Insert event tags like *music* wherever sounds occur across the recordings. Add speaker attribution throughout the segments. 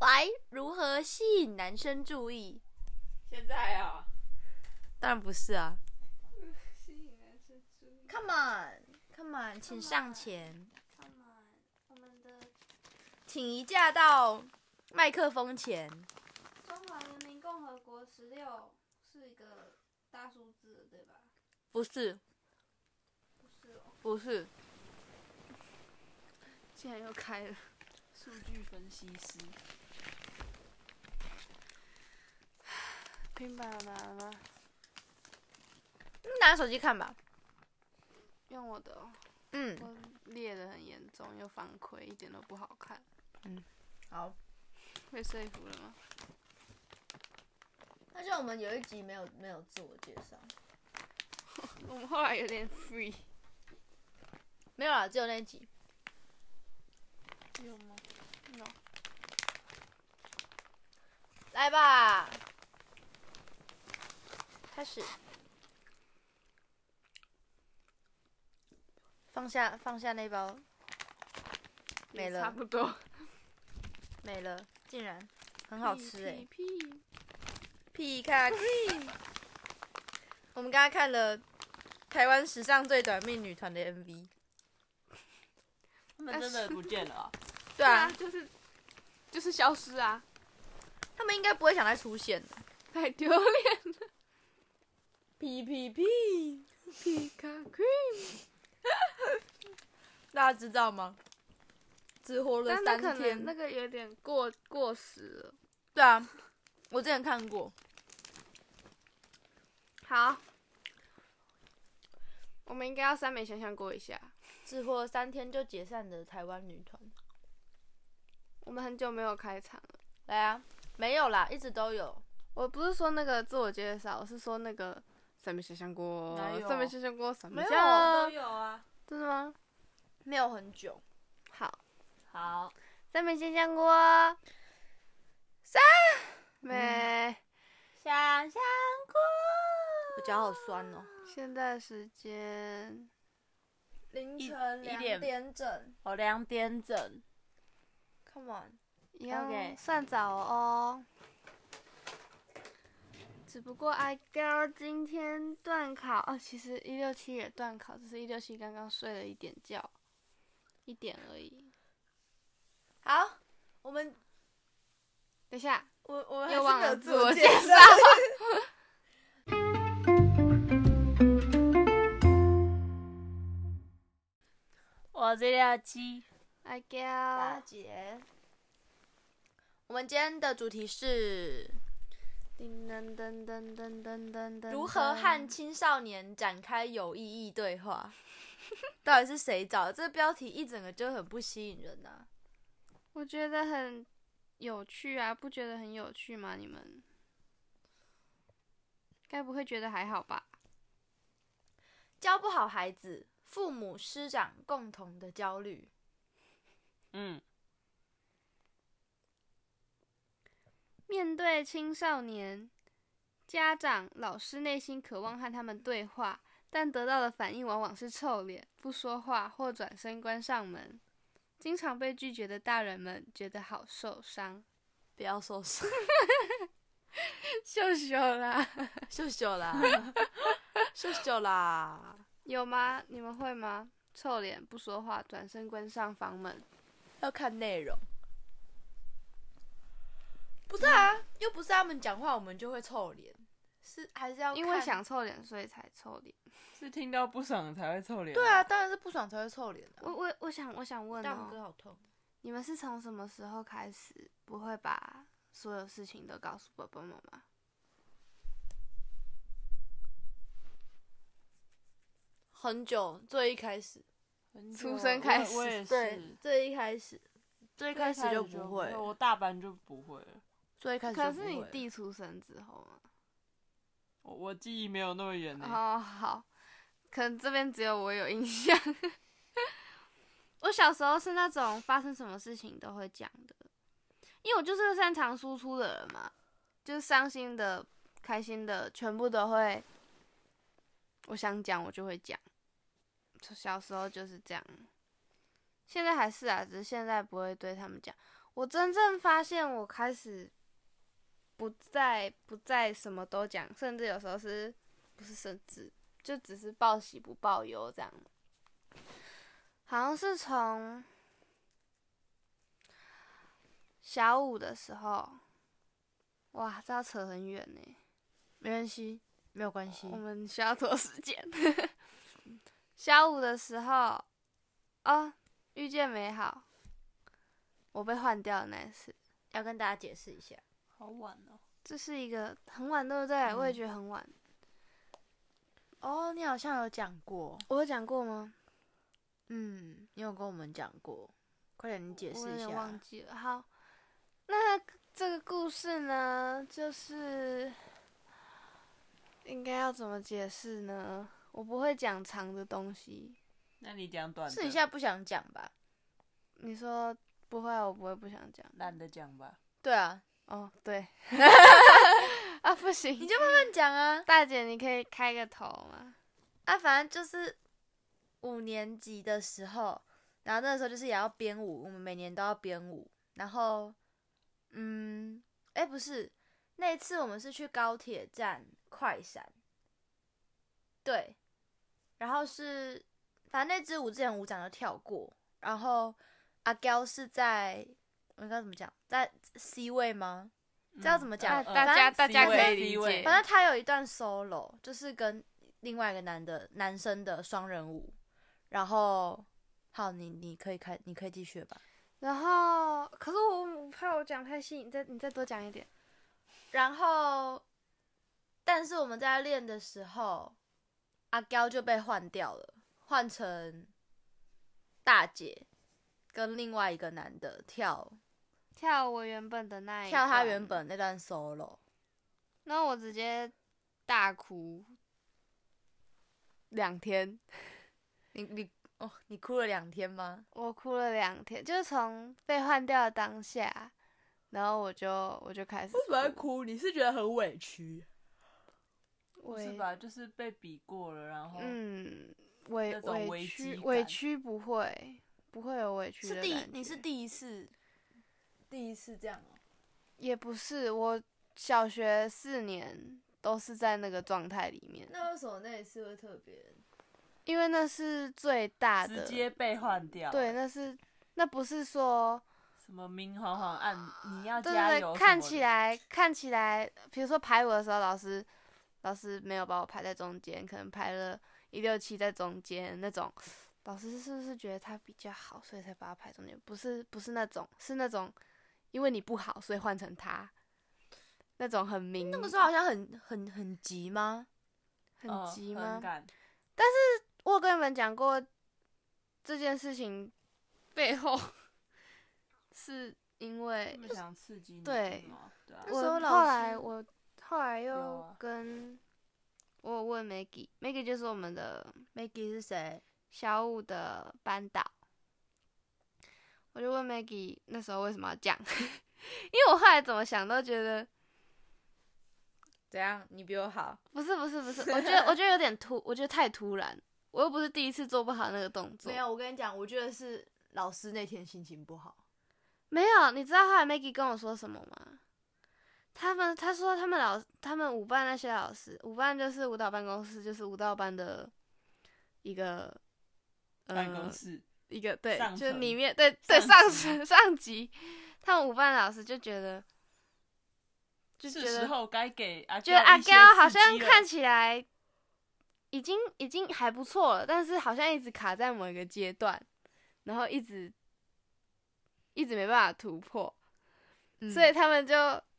Speaker 1: 来如何吸引男生注意？
Speaker 2: 现在啊，
Speaker 1: 当然不是啊
Speaker 3: 吸引人是注意。
Speaker 1: ，Come on，Come on，请上前，
Speaker 3: 看嘛，我们的
Speaker 1: 请移驾到麦克风前。
Speaker 3: 中华人民共和国十六是一个大数字，对吧？
Speaker 1: 不是，
Speaker 3: 不是哦，
Speaker 1: 不是，
Speaker 4: 竟然又开了，
Speaker 2: 数据分析师，
Speaker 4: 平板有拿了吗？
Speaker 1: 你拿手机看吧。
Speaker 4: 用我的、哦，
Speaker 1: 嗯，
Speaker 4: 我裂的很严重，又反馈，一点都不好看。
Speaker 1: 好。
Speaker 4: 被说服了吗？
Speaker 1: 但是我们有一集没有没有自我介绍，
Speaker 4: 我们后来有点 free，
Speaker 1: 没有啦，只有那一集。
Speaker 4: 有吗？有。
Speaker 1: 来吧，开始。放下放下那包没
Speaker 4: 也
Speaker 1: 了
Speaker 4: 差不多。
Speaker 1: 没了，竟然很好吃哎、
Speaker 4: 屁屁
Speaker 1: 皮卡 Green。我们刚刚看了台湾史上最短命女团的 MV，
Speaker 2: 他们真的不见
Speaker 4: *laughs*
Speaker 2: 了、啊。
Speaker 1: 对啊，
Speaker 4: 就是就是消失啊，
Speaker 1: 他们应该不会想再出现的。
Speaker 4: 太丢脸了。
Speaker 1: P P P，
Speaker 4: 皮卡 cream，
Speaker 1: 大家知道吗？只活了
Speaker 4: 但那可
Speaker 1: 三
Speaker 4: 能
Speaker 1: 天
Speaker 4: 那。个有点过过时了。
Speaker 1: 对啊，我之前看过。
Speaker 4: 好，我们应该要三美想想过一下。
Speaker 1: 只活三天就解散的台湾女团。
Speaker 4: 我们很久没有开场了。
Speaker 1: 来啊，没有啦，一直都有。
Speaker 4: 我不是说那个自我介绍，我是说那个三美想想过
Speaker 2: 哪，有
Speaker 4: 三美想想过什么
Speaker 1: 没有
Speaker 2: 都
Speaker 4: 叫？
Speaker 2: 有啊。
Speaker 4: 真的吗？
Speaker 1: 没有很久。
Speaker 4: 好，
Speaker 2: 好，
Speaker 4: 三美想想过，三美。
Speaker 1: 想象过。我脚好酸哦。
Speaker 4: 现在时间
Speaker 1: 凌
Speaker 2: 晨一点
Speaker 1: 点整
Speaker 2: 我两点整。
Speaker 1: ，Come on。
Speaker 4: 一样
Speaker 2: OK
Speaker 4: 算早哦。只不过阿 girl 今天断考，哦，其实一六七也断考，只是一六七刚刚睡了一点觉，一点而已。
Speaker 1: 好，我们
Speaker 4: 等一下，
Speaker 1: 我我们还
Speaker 4: 又
Speaker 1: 是
Speaker 4: 忘
Speaker 1: 没有
Speaker 4: 了
Speaker 1: 自
Speaker 4: 自我
Speaker 1: 我
Speaker 4: 介
Speaker 1: 介绍。
Speaker 2: 我这辆鸡，
Speaker 4: 阿
Speaker 1: 大
Speaker 4: girl
Speaker 1: 姐，我们今天的主题是
Speaker 4: 叮噔噔噔噔噔噔噔，
Speaker 1: 如何和青少年展开有意义对话。 *laughs* 到底是谁找的？这个标题一整个就很不吸引人呐、啊
Speaker 4: 我觉得很有趣啊，不觉得很有趣吗？你们该不会觉得还好吧？
Speaker 1: 教不好孩子，父母师长共同的焦虑。
Speaker 2: 嗯，
Speaker 4: 面对青少年，家长、老师内心渴望和他们对话，但得到的反应往往是臭脸、不说话或转身关上门。经常被拒绝的大人们觉得好受伤， *laughs*
Speaker 1: 不要受伤，
Speaker 4: 羞羞啦，
Speaker 1: 秀秀啦， *laughs* 秀秀啦。
Speaker 4: 有吗？你们会吗？臭脸、不说话、转身关上房门，
Speaker 1: 要看内容。不是啊，又不是他们讲话，我们就会臭脸，是还是要
Speaker 4: 因为
Speaker 1: 看
Speaker 4: 想臭脸所以才臭脸。
Speaker 2: 是听到不爽才会臭脸。
Speaker 1: 对啊，，当然是不爽才会臭脸啊的、
Speaker 4: 我我我想我想问
Speaker 1: 大拇哥
Speaker 4: 哦，
Speaker 1: 好痛，
Speaker 4: 你们是从什么时候开始不会把所有事情都告诉爸爸妈妈？
Speaker 1: 很久，最一开始，
Speaker 4: 出生开始
Speaker 2: 我也我也是，
Speaker 1: 最一开始，最一
Speaker 2: 一
Speaker 1: 开始就不会，
Speaker 2: 我大班就不会了。
Speaker 1: 最一开始就
Speaker 4: 可
Speaker 1: 不
Speaker 4: 是你
Speaker 1: 会
Speaker 4: 弟出生之后嘛，
Speaker 2: 我我记忆没有那么远呢、欸
Speaker 4: 哦，好，可能这边只有我有印象。 *laughs* 我小时候是那种发生什么事情都会讲的，因为我就是个擅长输出的人嘛，就是伤心的、开心的，全部都会，我想讲我就会讲。小时候就是这样，现在还是啊，只是现在不会对他们讲。我真正发现我开始不再不再什么都讲，甚至有时候是不是甚至就只是报喜不报忧这样。好像是从小五的时候，哇，这要扯很远呢、
Speaker 1: 没关系，没有关系
Speaker 4: 我。们需要多时间。 *laughs* 小五的时候，哦，遇见美好，我被换掉的那一次，
Speaker 1: 要跟大家解释一下，
Speaker 2: 好晚哦。
Speaker 4: 这是一个很晚，对不对？我也觉得很晚。
Speaker 1: 哦，你好像有讲过，
Speaker 4: 我有讲过吗？
Speaker 1: 嗯，你有跟我们讲过，快点你解
Speaker 4: 我
Speaker 1: 释
Speaker 4: 有
Speaker 1: 一
Speaker 4: 点忘
Speaker 1: 下。
Speaker 4: 记了。好，那这个故事呢，就是应该要怎么解释呢？我不会讲长的东西。
Speaker 2: 那你讲短的，
Speaker 1: 是你现在不想讲吧？
Speaker 4: 你说不会啊，我不会不想讲。
Speaker 2: 懒得讲吧。
Speaker 1: 对啊，
Speaker 4: 哦，对，啊，不行，
Speaker 1: 你就慢慢讲啊。
Speaker 4: 大姐，你可以开个头吗？
Speaker 1: 啊，反正就是五年级的时候，然后那时候就是也要编舞，我们每年都要编舞。然后，嗯，哎，不是，那一次我们是去高铁站快闪，对，然后是，反正那支舞之前舞长就跳过，然后阿娇是在，我应该怎么讲，在 C 位吗？
Speaker 4: 嗯
Speaker 1: 这要怎么讲
Speaker 4: 大
Speaker 1: 啊
Speaker 4: 大
Speaker 2: 嗯
Speaker 1: 反
Speaker 4: 家
Speaker 1: 正
Speaker 4: 大家
Speaker 2: C
Speaker 4: 可
Speaker 2: 位
Speaker 4: 以
Speaker 2: C
Speaker 4: 理
Speaker 2: 位
Speaker 4: 解
Speaker 1: 反，正他有一段 solo，就是跟另外一个男的男生的双人舞，然后好，你你可以开，你可以继续吧。
Speaker 4: 然后可是我我怕我讲太细，你再你再多讲一点。
Speaker 1: 然后，但是我们在练的时候，阿娇就被换掉了，换成大姐跟另外一个男的跳
Speaker 4: 跳我原本的那一
Speaker 1: 跳他
Speaker 4: 段
Speaker 1: 原，本那段 solo，
Speaker 4: 那我直接大哭两天，
Speaker 1: *laughs* 你你哦，你哭了两天吗？
Speaker 4: 我哭了两天，就是从被换掉的当下，然后我就我就开始
Speaker 1: 哭？你是觉得很委屈？
Speaker 4: 哭，
Speaker 2: 不
Speaker 4: 喂
Speaker 2: 是吧？就是被比过了，然后
Speaker 4: 嗯，委
Speaker 2: 那种
Speaker 4: 委
Speaker 2: 危
Speaker 4: 屈
Speaker 2: 机感
Speaker 4: 委屈不会，不会有委屈的
Speaker 1: 是第
Speaker 4: 感
Speaker 1: 你是
Speaker 4: 觉
Speaker 1: 第一次，第一次这样哦。
Speaker 4: 也不是，我小学四年都是在那个状态里面，
Speaker 1: 那为什么那一次会特别？
Speaker 4: 因为那是最大的
Speaker 2: 直，接被换掉。
Speaker 4: 对，，那是那不是说
Speaker 2: 什么明晃晃暗，你要
Speaker 4: 对
Speaker 2: 加
Speaker 4: 对
Speaker 2: 油
Speaker 4: 对，
Speaker 2: 什么的。
Speaker 4: 看起来看起来，比如说排舞的时候，老师老师没有把我排在中间，可能排了一六七在中间那种，老师是不是觉得他比较好，所以才把他排中间？不是不是那种，是那种因为你不好，所以换成他，那种很明，
Speaker 1: 那个时候好像很很很急吗？
Speaker 4: 很急
Speaker 2: 嗯
Speaker 4: 吗
Speaker 2: 很？赶
Speaker 4: 我有跟你们讲过这件事情背后 *laughs* 是因为
Speaker 2: 他们想刺激你
Speaker 4: 哎对嗯
Speaker 2: 是吗，对啊
Speaker 1: 那
Speaker 4: 我
Speaker 1: 时候老
Speaker 4: 后来
Speaker 1: 师
Speaker 4: 我后来
Speaker 2: 有
Speaker 4: 又
Speaker 2: 啊
Speaker 4: 跟、我有问 Maggie，Maggie 就是我们的
Speaker 1: Maggie 是谁？
Speaker 4: 小五的班导，我就问 Maggie 那时候为什么要讲， *laughs* 因为我后来怎么想都觉得
Speaker 1: 怎样？你比我好？
Speaker 4: 不是不是不是，我觉得我觉得有点突，我觉得太突然，我又不是第一次做不好那个动作，
Speaker 1: 没有，我跟你讲，我觉得是老师那天心情不好。
Speaker 4: 没有，你知道后来 Maggie 跟我说什么吗？他们他说他们老他们舞伴那些老师，舞伴就是舞蹈办公室，就是舞蹈班的一个呃
Speaker 2: 办公室
Speaker 4: 一个对
Speaker 2: 上，
Speaker 4: 就是
Speaker 2: 层
Speaker 4: 里面对对
Speaker 2: 上
Speaker 4: 上
Speaker 2: 级
Speaker 4: 层上级，他们舞伴老师就觉得就是觉得
Speaker 2: 时候该给阿
Speaker 4: 觉得阿娇
Speaker 2: 娇
Speaker 4: 好像看起来已经已经还不错了，但是好像一直卡在某一个阶段，然后一直一直没办法突破，
Speaker 1: 嗯
Speaker 4: 所以他们就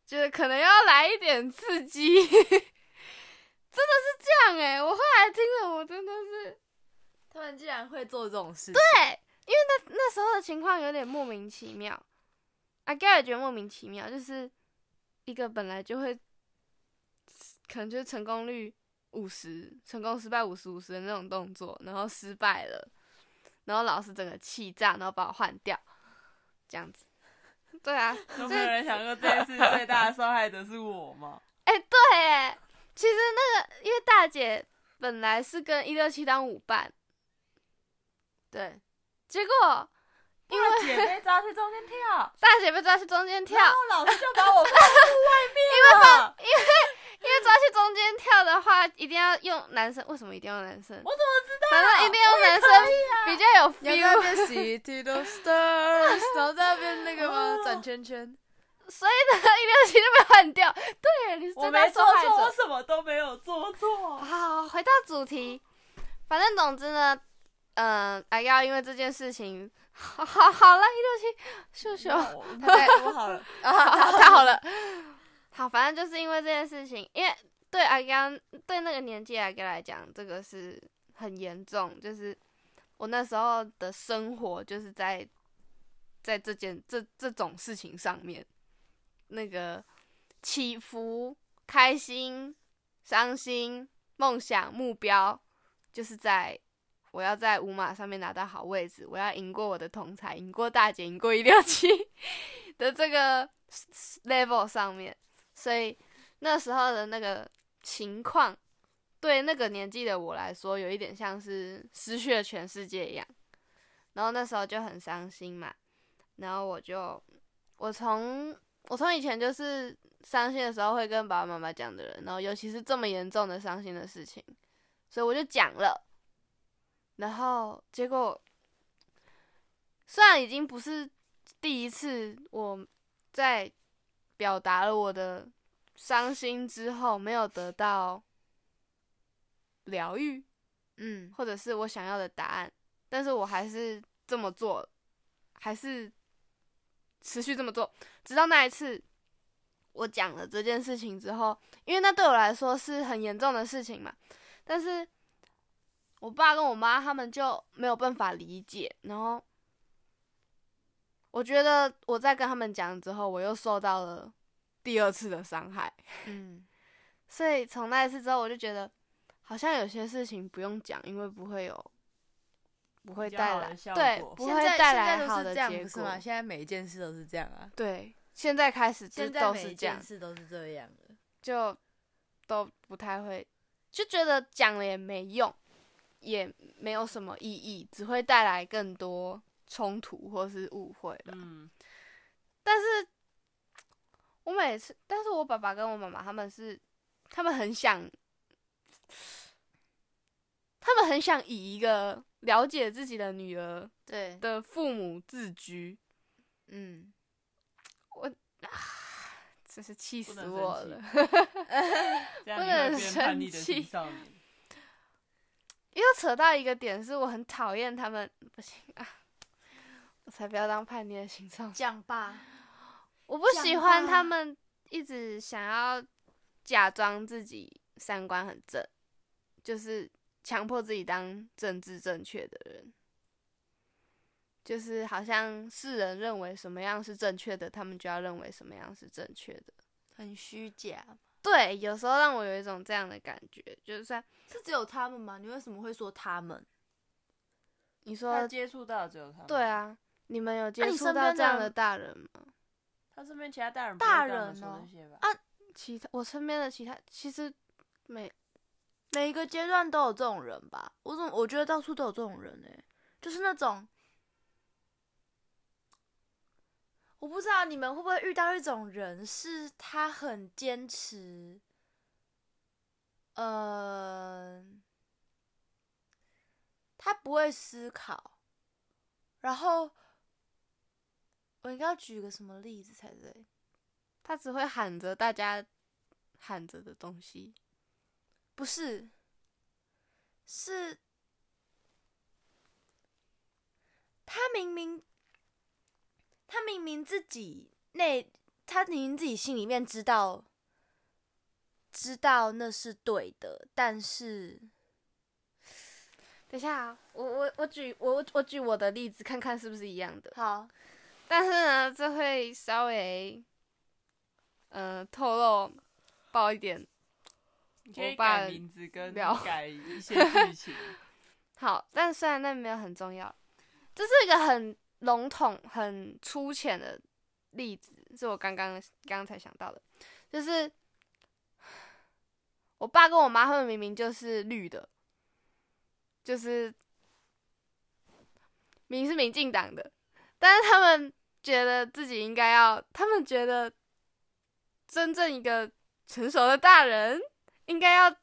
Speaker 4: 觉得可能要来一点刺激。 *laughs* 真的是这样哎、我后来听了，我真的是
Speaker 1: 他们竟然会做这种事，对，
Speaker 4: 那时候的情况有点莫名其妙，阿盖也觉得莫名其妙，就是一个本来就会，可能就是成功率五十，成功失败五十五十的那种动作，然后失败了，然后老师整个气炸，然后把我换掉，这样子。对啊，
Speaker 2: 有没有人想过这一次最大的受害者是我吗？
Speaker 4: 哎、对耶，其实那个因为大姐本来是跟一六七当舞伴，
Speaker 1: 对，
Speaker 4: 结果
Speaker 2: 因为姐妹抓去中间跳，
Speaker 4: 大姐被抓去中间 *laughs* 跳，
Speaker 2: 然后老师就把我放
Speaker 4: *laughs*
Speaker 2: 在外面了。
Speaker 4: 因为抓去中间跳的话，一定要用男生。为什么一定要男生？
Speaker 2: 我怎么知道？
Speaker 4: 反正一定要男生
Speaker 2: 啊
Speaker 4: 比较有
Speaker 1: 你要在那
Speaker 4: feel。
Speaker 1: 边 *laughs* City of Stars，然 *laughs* 后在那边那个吗？转圈圈。
Speaker 4: 所以呢，一六七就被换掉。对，你是
Speaker 2: 我
Speaker 4: 最大
Speaker 2: 没
Speaker 4: 受
Speaker 2: 做
Speaker 4: 害
Speaker 2: 错，我
Speaker 4: 者。
Speaker 2: 什么都没有做
Speaker 4: *laughs*
Speaker 2: 错。
Speaker 4: 好，回到主题，反正总之呢，嗯、哎呀，因为这件事情，好好好了，一六七，秀 *laughs* 秀。
Speaker 2: 我太不好了，
Speaker 4: 好，啊太好了。 *laughs* 好，反正就是因为这件事情，因为对阿刚对那个年纪阿刚来讲，这个是很严重。就是我那时候的生活就是在在这件这这种事情上面，那个起伏、开心、伤心、梦想、目标，就是在。我要在五马上面拿到好位置，我要赢过我的同才，赢过大姐，赢过一六七。的这个 s- level 上面，所以那时候的那个情况，对那个年纪的我来说，有一点像是失去了全世界一样。然后那时候就很伤心嘛，然后我就，我从我从以前就是伤心的时候会跟爸爸妈妈讲的人，然后尤其是这么严重的伤心的事情，所以我就讲了，然后结果虽然已经不是第一次我在表达了我的伤心之后，没有得到疗愈，
Speaker 1: 嗯，
Speaker 4: 或者是我想要的答案，但是我还是这么做，还是持续这么做，直到那一次我讲了这件事情之后，因为那对我来说是很严重的事情嘛，但是我爸跟我妈他们就没有办法理解，然后我觉得我在跟他们讲之后，我又受到了第二次的伤害。
Speaker 1: 嗯，
Speaker 4: 所以从那一次之后，我就觉得好像有些事情不用讲，因为不会有，不会
Speaker 2: 比较
Speaker 4: 带
Speaker 2: 好的
Speaker 4: 来
Speaker 2: 效
Speaker 4: 对，
Speaker 2: 果
Speaker 4: 不会
Speaker 1: 现在现
Speaker 4: 带
Speaker 1: 在
Speaker 4: 来
Speaker 1: 都
Speaker 4: 好
Speaker 1: 是
Speaker 4: 的
Speaker 1: 这样，
Speaker 4: 结
Speaker 1: 不是
Speaker 4: 果。
Speaker 1: 吗？现在每一件事都是这样啊，
Speaker 4: 对，现在开始就
Speaker 1: 现在
Speaker 4: 都
Speaker 1: 每
Speaker 4: 是
Speaker 1: 一
Speaker 4: 这样
Speaker 1: 件，事都是这样的。
Speaker 4: 就都不太会，就觉得讲了也没用，也没有什么意义，只会带来更多冲突或是误会吧。
Speaker 2: 嗯，
Speaker 4: 但是我每次，但是我爸爸跟我妈妈他们是，他们很想，他们很想以一个了解自己的女儿
Speaker 1: 对，
Speaker 4: 的父母自居，啊
Speaker 1: 嗯，
Speaker 4: 真是气
Speaker 2: 不
Speaker 4: 死
Speaker 2: 能
Speaker 4: 我
Speaker 2: 生
Speaker 4: 了。 *laughs*
Speaker 2: 这样
Speaker 4: 不
Speaker 2: 你会
Speaker 4: 能
Speaker 2: 变叛逆的
Speaker 4: 生气
Speaker 2: 青少年。
Speaker 4: 又扯到一个点，是我很讨厌他们，不行啊， *laughs* 我才不要当叛逆的形象。
Speaker 1: 讲吧，
Speaker 4: *laughs* 我不喜欢他们一直想要假装自己三观很正，就是强迫自己当政治正确的人，就是好像世人认为什么样是正确的，他们就要认为什么样是正确的。
Speaker 1: 很虚假。
Speaker 4: 对，有时候让我有一种这样的感觉，就算
Speaker 1: 是只有他们吗？你为什么会说他们？
Speaker 4: 你
Speaker 2: 他
Speaker 4: 说
Speaker 2: 接触到的只有他。
Speaker 4: 对，啊，你们有接
Speaker 1: 你
Speaker 4: 触
Speaker 1: 身
Speaker 4: 到
Speaker 1: 边
Speaker 4: 这
Speaker 1: 的
Speaker 4: 样
Speaker 1: 人
Speaker 4: 的大人吗？
Speaker 2: 他身边其他大人不
Speaker 1: 大
Speaker 2: 会跟我们
Speaker 1: 人
Speaker 2: 说
Speaker 1: 哦
Speaker 2: 这些吧？
Speaker 4: 其他我身边的其他其实没
Speaker 1: 每一个阶段都有这种人吧？我怎么我觉得到处都有这种人呢、欸就是那种，我不知道你们会不会遇到一种人，是他很坚持，呃，他不会思考，然后我应该要举个什么例子才对？
Speaker 4: 他只会喊着大家喊着的东西。
Speaker 1: 不是，是他明明，他明明自己内，他明明自己心里面知道，知道那是对的，但是
Speaker 4: 等一下啊、我我我举我我我举我的例子看看是不是一样的。
Speaker 1: 好，
Speaker 4: 但是呢，这会稍微，呃，透露爆一点。
Speaker 2: 你可以
Speaker 4: 我爸
Speaker 2: 改名字跟
Speaker 4: 聊 *laughs*
Speaker 2: 改一些剧情。
Speaker 4: 好，但虽然那没有很重要，这是一个很笼统、很粗浅的例子，是我刚刚刚才想到的，就是我爸跟我妈他们明明就是绿的，就是明明是民进党的，但是他们觉得自己应该要，他们觉得真正一个成熟的大人应该要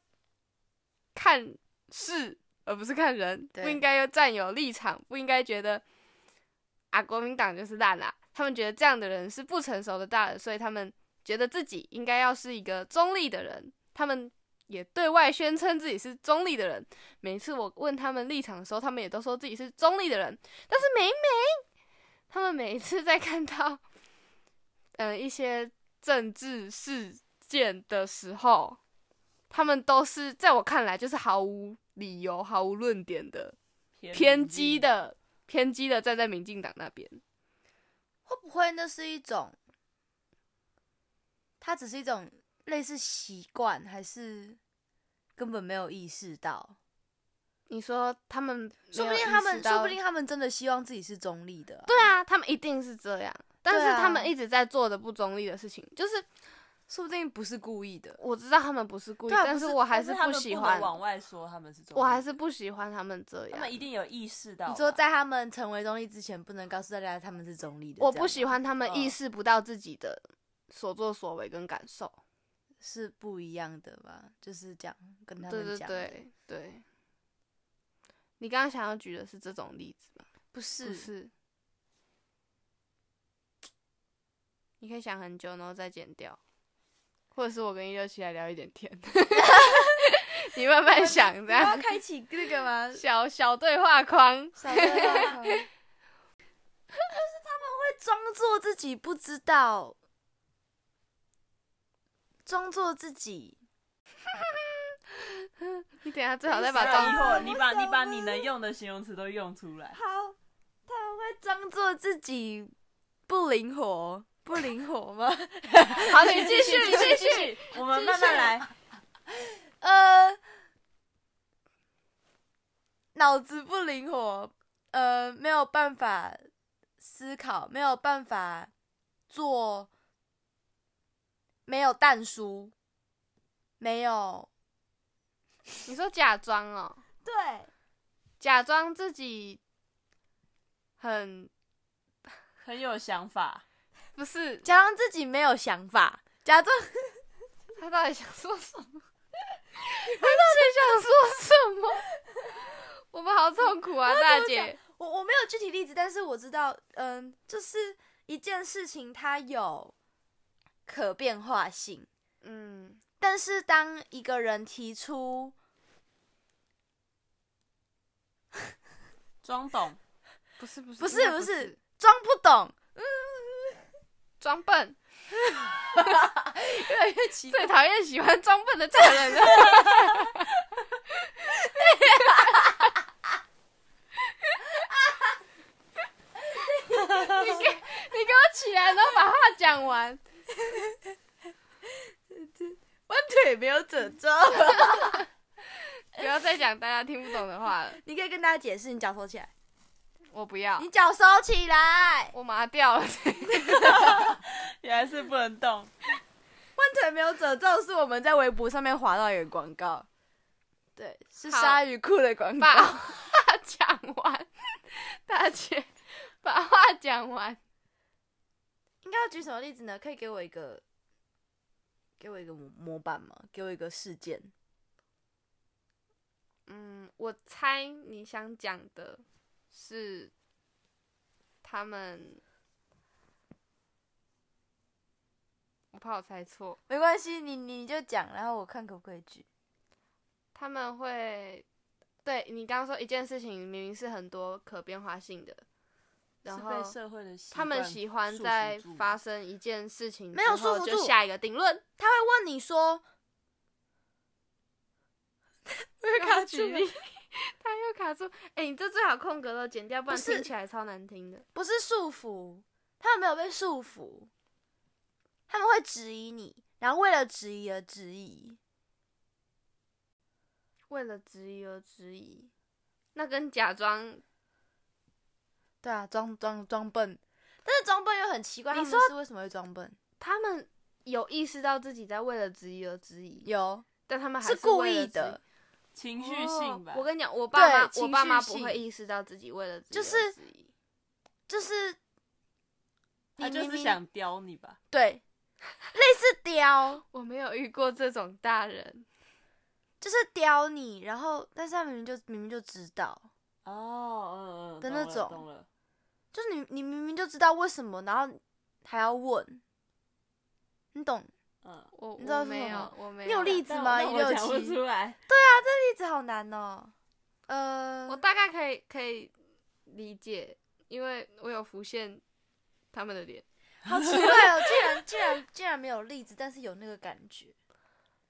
Speaker 4: 看事，而不是看人，
Speaker 1: 对
Speaker 4: 不应该要占有立场，不应该觉得啊国民党就是烂啊。他们觉得这样的人是不成熟的大人，所以他们觉得自己应该要是一个中立的人。他们也对外宣称自己是中立的人。每次我问他们立场的时候，他们也都说自己是中立的人。但是每他们每一次在看到，嗯、一些政治事件的时候，他们都是在我看来就是毫无理由、毫无论点的偏激，的、偏激的站在民进党那边。
Speaker 1: 会不会那是一种，它只是一种类似习惯，还是根本没有意识到？
Speaker 4: 你说他们
Speaker 1: 说不
Speaker 4: 没有
Speaker 1: 定他
Speaker 4: 意
Speaker 1: 们，
Speaker 4: 识到
Speaker 1: 说不定他们真的希望自己是中立的啊、
Speaker 4: 对啊，他们一定是这样，但
Speaker 1: 对
Speaker 4: 是
Speaker 1: 啊
Speaker 4: 他们一直在做的不中立的事情，就是
Speaker 1: 说不定不是故意的。
Speaker 4: 我知道他们不是故意，
Speaker 1: 对啊
Speaker 4: 但
Speaker 1: 不是
Speaker 4: 我还
Speaker 2: 但
Speaker 4: 是
Speaker 2: 他们
Speaker 4: 喜
Speaker 2: 不
Speaker 4: 欢
Speaker 2: 能，往外说他们是中立，
Speaker 4: 我还是不喜欢他们这
Speaker 2: 他
Speaker 4: 样
Speaker 2: 们。一定有意识到吧。
Speaker 1: 你说在他们成为中立之前，不能告诉大家他们是中立的。
Speaker 4: 我
Speaker 1: 这样
Speaker 4: 不喜
Speaker 1: 吗，
Speaker 4: 欢他们
Speaker 2: 嗯
Speaker 4: 意识不到自己的所作所为跟感受。
Speaker 1: 是不一样的吧？就是讲跟他
Speaker 4: 对
Speaker 1: 们
Speaker 4: 对
Speaker 1: 讲，
Speaker 4: 对，对。你刚刚想要举的是这种例子吗？
Speaker 1: 不是
Speaker 4: 不是。你可以想很久，然后再剪掉，或者是我跟一六七来聊一点天， *laughs* 你慢慢想，这
Speaker 1: 你 *laughs* 要
Speaker 4: 样
Speaker 1: 开启那个吗？
Speaker 4: 小小对话框。
Speaker 1: *laughs* 小对话框就是他们会装作自己不知道，装作自己
Speaker 4: 你等一下最好再把
Speaker 2: 不然以
Speaker 4: 装，
Speaker 2: 后你把你把你能用的形容词都用出来。
Speaker 1: 好，他们会装作自己不灵活，不灵活吗？
Speaker 4: 好，你 *laughs* 继
Speaker 2: *laughs*
Speaker 4: 续，你继续。
Speaker 2: 续，我们慢慢来。
Speaker 1: 呃，脑子不灵活，呃，没有办法思考，没有办法做，没有淡书，没有
Speaker 4: 你说假装哦，
Speaker 3: 对，
Speaker 4: 假装自己很
Speaker 2: 很有想法，
Speaker 4: 不是
Speaker 1: 假装自己没有想法，假装
Speaker 4: 他到底想说什么？ *laughs* 他到底想说什么？ *laughs* 我们好痛苦啊，大姐！
Speaker 1: 我我没有具体例子，但是我知道，嗯，就是一件事情它有可变化性，
Speaker 4: 嗯，
Speaker 1: 但是当一个人提出
Speaker 2: 装
Speaker 4: *laughs*
Speaker 2: 懂，
Speaker 4: 不是不是
Speaker 1: 不
Speaker 4: 不
Speaker 1: 是不是装不 *laughs* 懂，
Speaker 4: 装笨，
Speaker 1: 越来越奇
Speaker 4: 最讨厌喜欢装笨的这个人了。 *laughs* 你给你给我起来，然后把话讲完。
Speaker 1: 弯腿没有褶皱。
Speaker 4: 不要再讲大家听不懂的话了，
Speaker 1: *laughs* 你可以跟大家解释，你脚收起来，
Speaker 4: 我不要
Speaker 1: 你，脚收起来，
Speaker 4: 我麻掉了。
Speaker 2: 原来是不能动。
Speaker 1: 弯腿没有褶皱是我们在微博上面划到一个广告，对，是
Speaker 4: 好
Speaker 1: 鲨鱼裤的广告
Speaker 4: 把。话讲完，大姐，把话讲完。
Speaker 1: 应该要举什么例子呢？可以给我一个，给我一个模模板吗？给我一个事件。
Speaker 4: 嗯，我猜你想讲的是他们，我怕我猜错，
Speaker 1: 没关系，你你就讲，然后我看可不可以举。
Speaker 4: 他们会对你刚刚说一件事情，明明是很多可变化性的， *laughs* 然后
Speaker 2: 是被社会的习惯
Speaker 4: 他们喜欢在
Speaker 2: 束缚住
Speaker 4: 发生一件事情
Speaker 1: 没有
Speaker 4: 之后
Speaker 1: 束缚
Speaker 4: 就
Speaker 1: 住
Speaker 4: 下一个定论。
Speaker 1: 他会问你说，
Speaker 4: *laughs* 卡住了，他又卡住。哎、你这最好空格都剪掉，不然
Speaker 1: 不是
Speaker 4: 听起来超难听的。
Speaker 1: 不是束缚，他们没有被束缚，他们会质疑你，然后为了质疑而质疑。
Speaker 4: 为了质疑而质疑，那跟假装，
Speaker 1: 对啊，装装装笨，但是装笨又很奇怪。
Speaker 4: 你
Speaker 1: 他们
Speaker 4: 说
Speaker 1: 是为什么会装笨？
Speaker 4: 他们有意识到自己在为了质疑而质疑，
Speaker 1: 有
Speaker 4: 但他们还
Speaker 1: 是故意的，
Speaker 2: 情
Speaker 4: 为了质疑，
Speaker 2: 绪性吧
Speaker 4: 哦。我跟你讲，我爸妈，
Speaker 1: 对
Speaker 4: 我爸妈
Speaker 1: 情绪
Speaker 4: 不
Speaker 1: 性
Speaker 4: 会意识到自己为了质疑
Speaker 1: 就是
Speaker 4: 而质疑
Speaker 1: 就是
Speaker 2: 他
Speaker 1: 你
Speaker 2: 就
Speaker 1: 明
Speaker 2: 是
Speaker 1: 明
Speaker 2: 想刁你吧？
Speaker 1: 对，类似刁，
Speaker 4: 我没有遇过这种大人，
Speaker 1: 就是刁你，然后但是他明明就明明就知道，
Speaker 2: 哦，嗯嗯，
Speaker 1: 的
Speaker 2: 懂
Speaker 1: 那
Speaker 2: 了
Speaker 1: 种
Speaker 2: 懂了，
Speaker 1: 就是你你明明就知道为什么，然后还要问，你懂？
Speaker 2: 嗯，
Speaker 4: 我
Speaker 1: 你知道
Speaker 4: 我
Speaker 1: 是
Speaker 4: 没
Speaker 1: 什么
Speaker 4: 有，我没有。
Speaker 1: 你有例
Speaker 2: 但
Speaker 1: 子
Speaker 2: 我
Speaker 1: 吗？
Speaker 2: 但
Speaker 1: 一
Speaker 2: 我
Speaker 1: 六
Speaker 2: 讲不
Speaker 1: 七，
Speaker 2: 出来，
Speaker 1: 例子好难哦。呃，
Speaker 4: 我大概可以可以理解，因为我有浮现他们的脸。
Speaker 1: 好奇怪哦，竟然竟然竟然没有例子，但是有那个感 *laughs* 觉，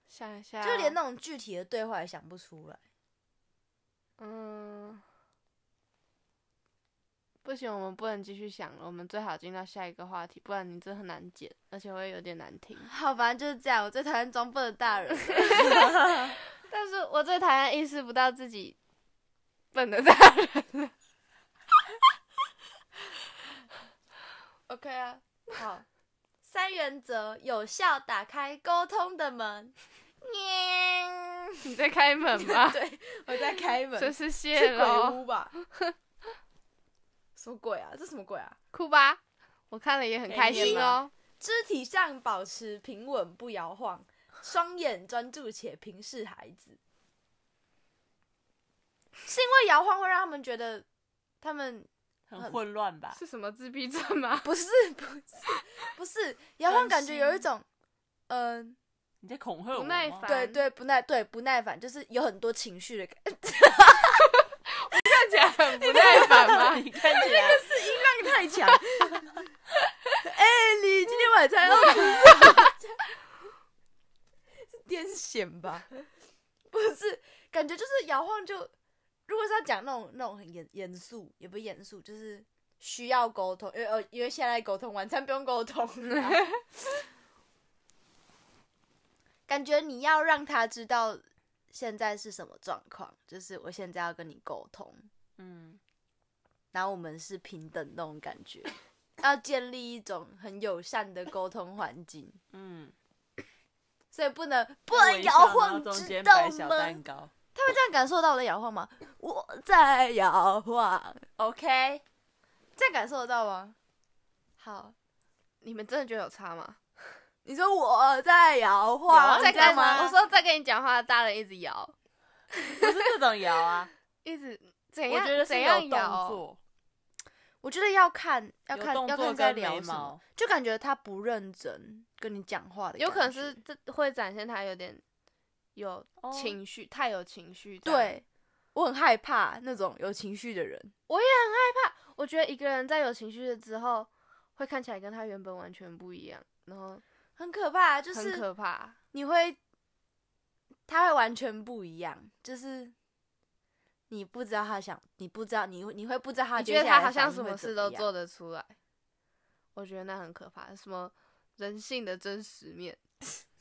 Speaker 4: 想一下哦，
Speaker 1: 就连那种具体的对话也想不出来。
Speaker 4: 嗯，不行，我们不能继续想了，我们最好进到下一个话题，不然你这很难剪，而且会有点难听。
Speaker 1: *laughs* 好，反正就是这样。我最讨厌装笨的大人了。 *laughs*
Speaker 4: 但是我最讨厌意识不到自己笨的大人了。OK 啊，
Speaker 1: 好，三原则：有效打开沟通的门。
Speaker 4: 你在开门吗？
Speaker 1: 对， *laughs* 我在开门
Speaker 4: 真是谢喽，
Speaker 1: 吧？ *laughs* 什么鬼啊？这什么鬼啊？
Speaker 4: 哭吧！我看了也很
Speaker 2: 可以
Speaker 4: 开
Speaker 2: 念
Speaker 4: 心哦
Speaker 2: 吗。
Speaker 1: 肢体上保持平稳不摇晃，双眼专注且平视孩子。是因为摇晃会让他们觉得他们
Speaker 2: 很混乱吧？
Speaker 4: 是什么自闭症
Speaker 1: *laughs*
Speaker 4: 吗？
Speaker 1: 不是不是不是摇晃，感觉有一种嗯、
Speaker 2: 你在恐吓我
Speaker 4: 不耐
Speaker 2: 吗
Speaker 4: 烦
Speaker 1: 对对不耐对不耐烦，就是有很多情绪的感觉。
Speaker 4: 看起来很不耐烦吗？
Speaker 2: 你看起来
Speaker 1: 音量太强。哎、你今天晚餐要吃什么？ *laughs* 癫痫吧？ *laughs* 不是，感觉就是摇晃就，如果是要讲那种那种很严严肃，也不是严肃，就是需要沟通，因为呃因为现在沟通，晚餐不用沟通啊、感觉你要让他知道现在是什么状况，就是我现在要跟你沟通。
Speaker 2: 嗯，
Speaker 1: 然后我们是平等那种感觉，要建立一种很友善的沟通环境，
Speaker 2: 嗯，
Speaker 1: 所以不能不
Speaker 2: 不
Speaker 1: 能摇晃，
Speaker 2: 中
Speaker 1: 知
Speaker 2: 间
Speaker 1: 道
Speaker 2: 摆
Speaker 1: 吗
Speaker 2: 小？蛋糕，
Speaker 1: 他们这样感受到我在摇晃吗？我在摇晃，OK，这样感受得到吗？好，
Speaker 4: *laughs* 你们真的觉得有差吗？
Speaker 1: 你说我在摇
Speaker 2: 有
Speaker 1: 晃，
Speaker 2: 啊
Speaker 1: 你
Speaker 4: 在
Speaker 1: 知道
Speaker 4: 跟
Speaker 1: 吗？
Speaker 4: 我说在跟你讲话，大人一直摇，
Speaker 2: 不是这种
Speaker 1: *laughs*
Speaker 2: 摇啊，
Speaker 4: 一直怎
Speaker 2: 我
Speaker 4: 样？
Speaker 2: 觉得是
Speaker 4: 怎
Speaker 2: 有
Speaker 4: 样
Speaker 2: 动
Speaker 4: 摇？
Speaker 2: 作，
Speaker 1: 我觉得要看，要
Speaker 2: 有
Speaker 1: 看，
Speaker 2: 动
Speaker 1: 要
Speaker 2: 作
Speaker 1: 看在
Speaker 2: 跟
Speaker 1: 聊
Speaker 2: 眉
Speaker 1: 什么
Speaker 2: 毛，
Speaker 1: 就感觉他不认真跟你讲话的感觉，
Speaker 4: 有可能是这会展现他有点有
Speaker 2: 哦
Speaker 4: 情绪，太有情绪。，
Speaker 1: 对我很害怕那种有情绪的人，
Speaker 4: 我觉得一个人在有情绪了之后，会看起来跟他原本完全不一样，然后
Speaker 1: 很可怕，就
Speaker 4: 很
Speaker 1: 是啊
Speaker 4: 可怕。
Speaker 1: 你会，他会完全不一样，就是你不知道他想，你不知道你会你会不知道他
Speaker 4: 你
Speaker 1: 接
Speaker 4: 觉得
Speaker 1: 下来
Speaker 4: 他
Speaker 1: 的
Speaker 4: 好像
Speaker 1: 反
Speaker 4: 什
Speaker 1: 应会
Speaker 4: 么
Speaker 1: 怎
Speaker 4: 事都
Speaker 1: 样
Speaker 4: 做，得出来？我觉得那很可怕，什么人性的真实面、
Speaker 1: *laughs*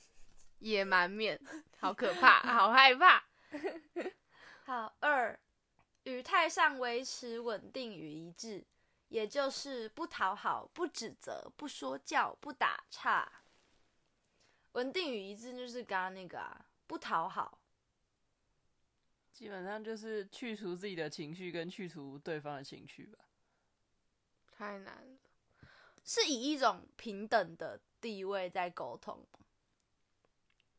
Speaker 4: 野蛮面，好可怕，好害
Speaker 1: *laughs*
Speaker 4: 怕。
Speaker 1: 好，二语态上维持稳定与一致，也就是不讨好、不指责、不说教、不打岔。稳定与一致就是刚刚那个啊，不讨好，
Speaker 2: 基本上就是去除自己的情绪跟去除对方的情绪吧。
Speaker 1: *laughs*
Speaker 4: 太难了。
Speaker 1: 是以一种平等的地位在沟通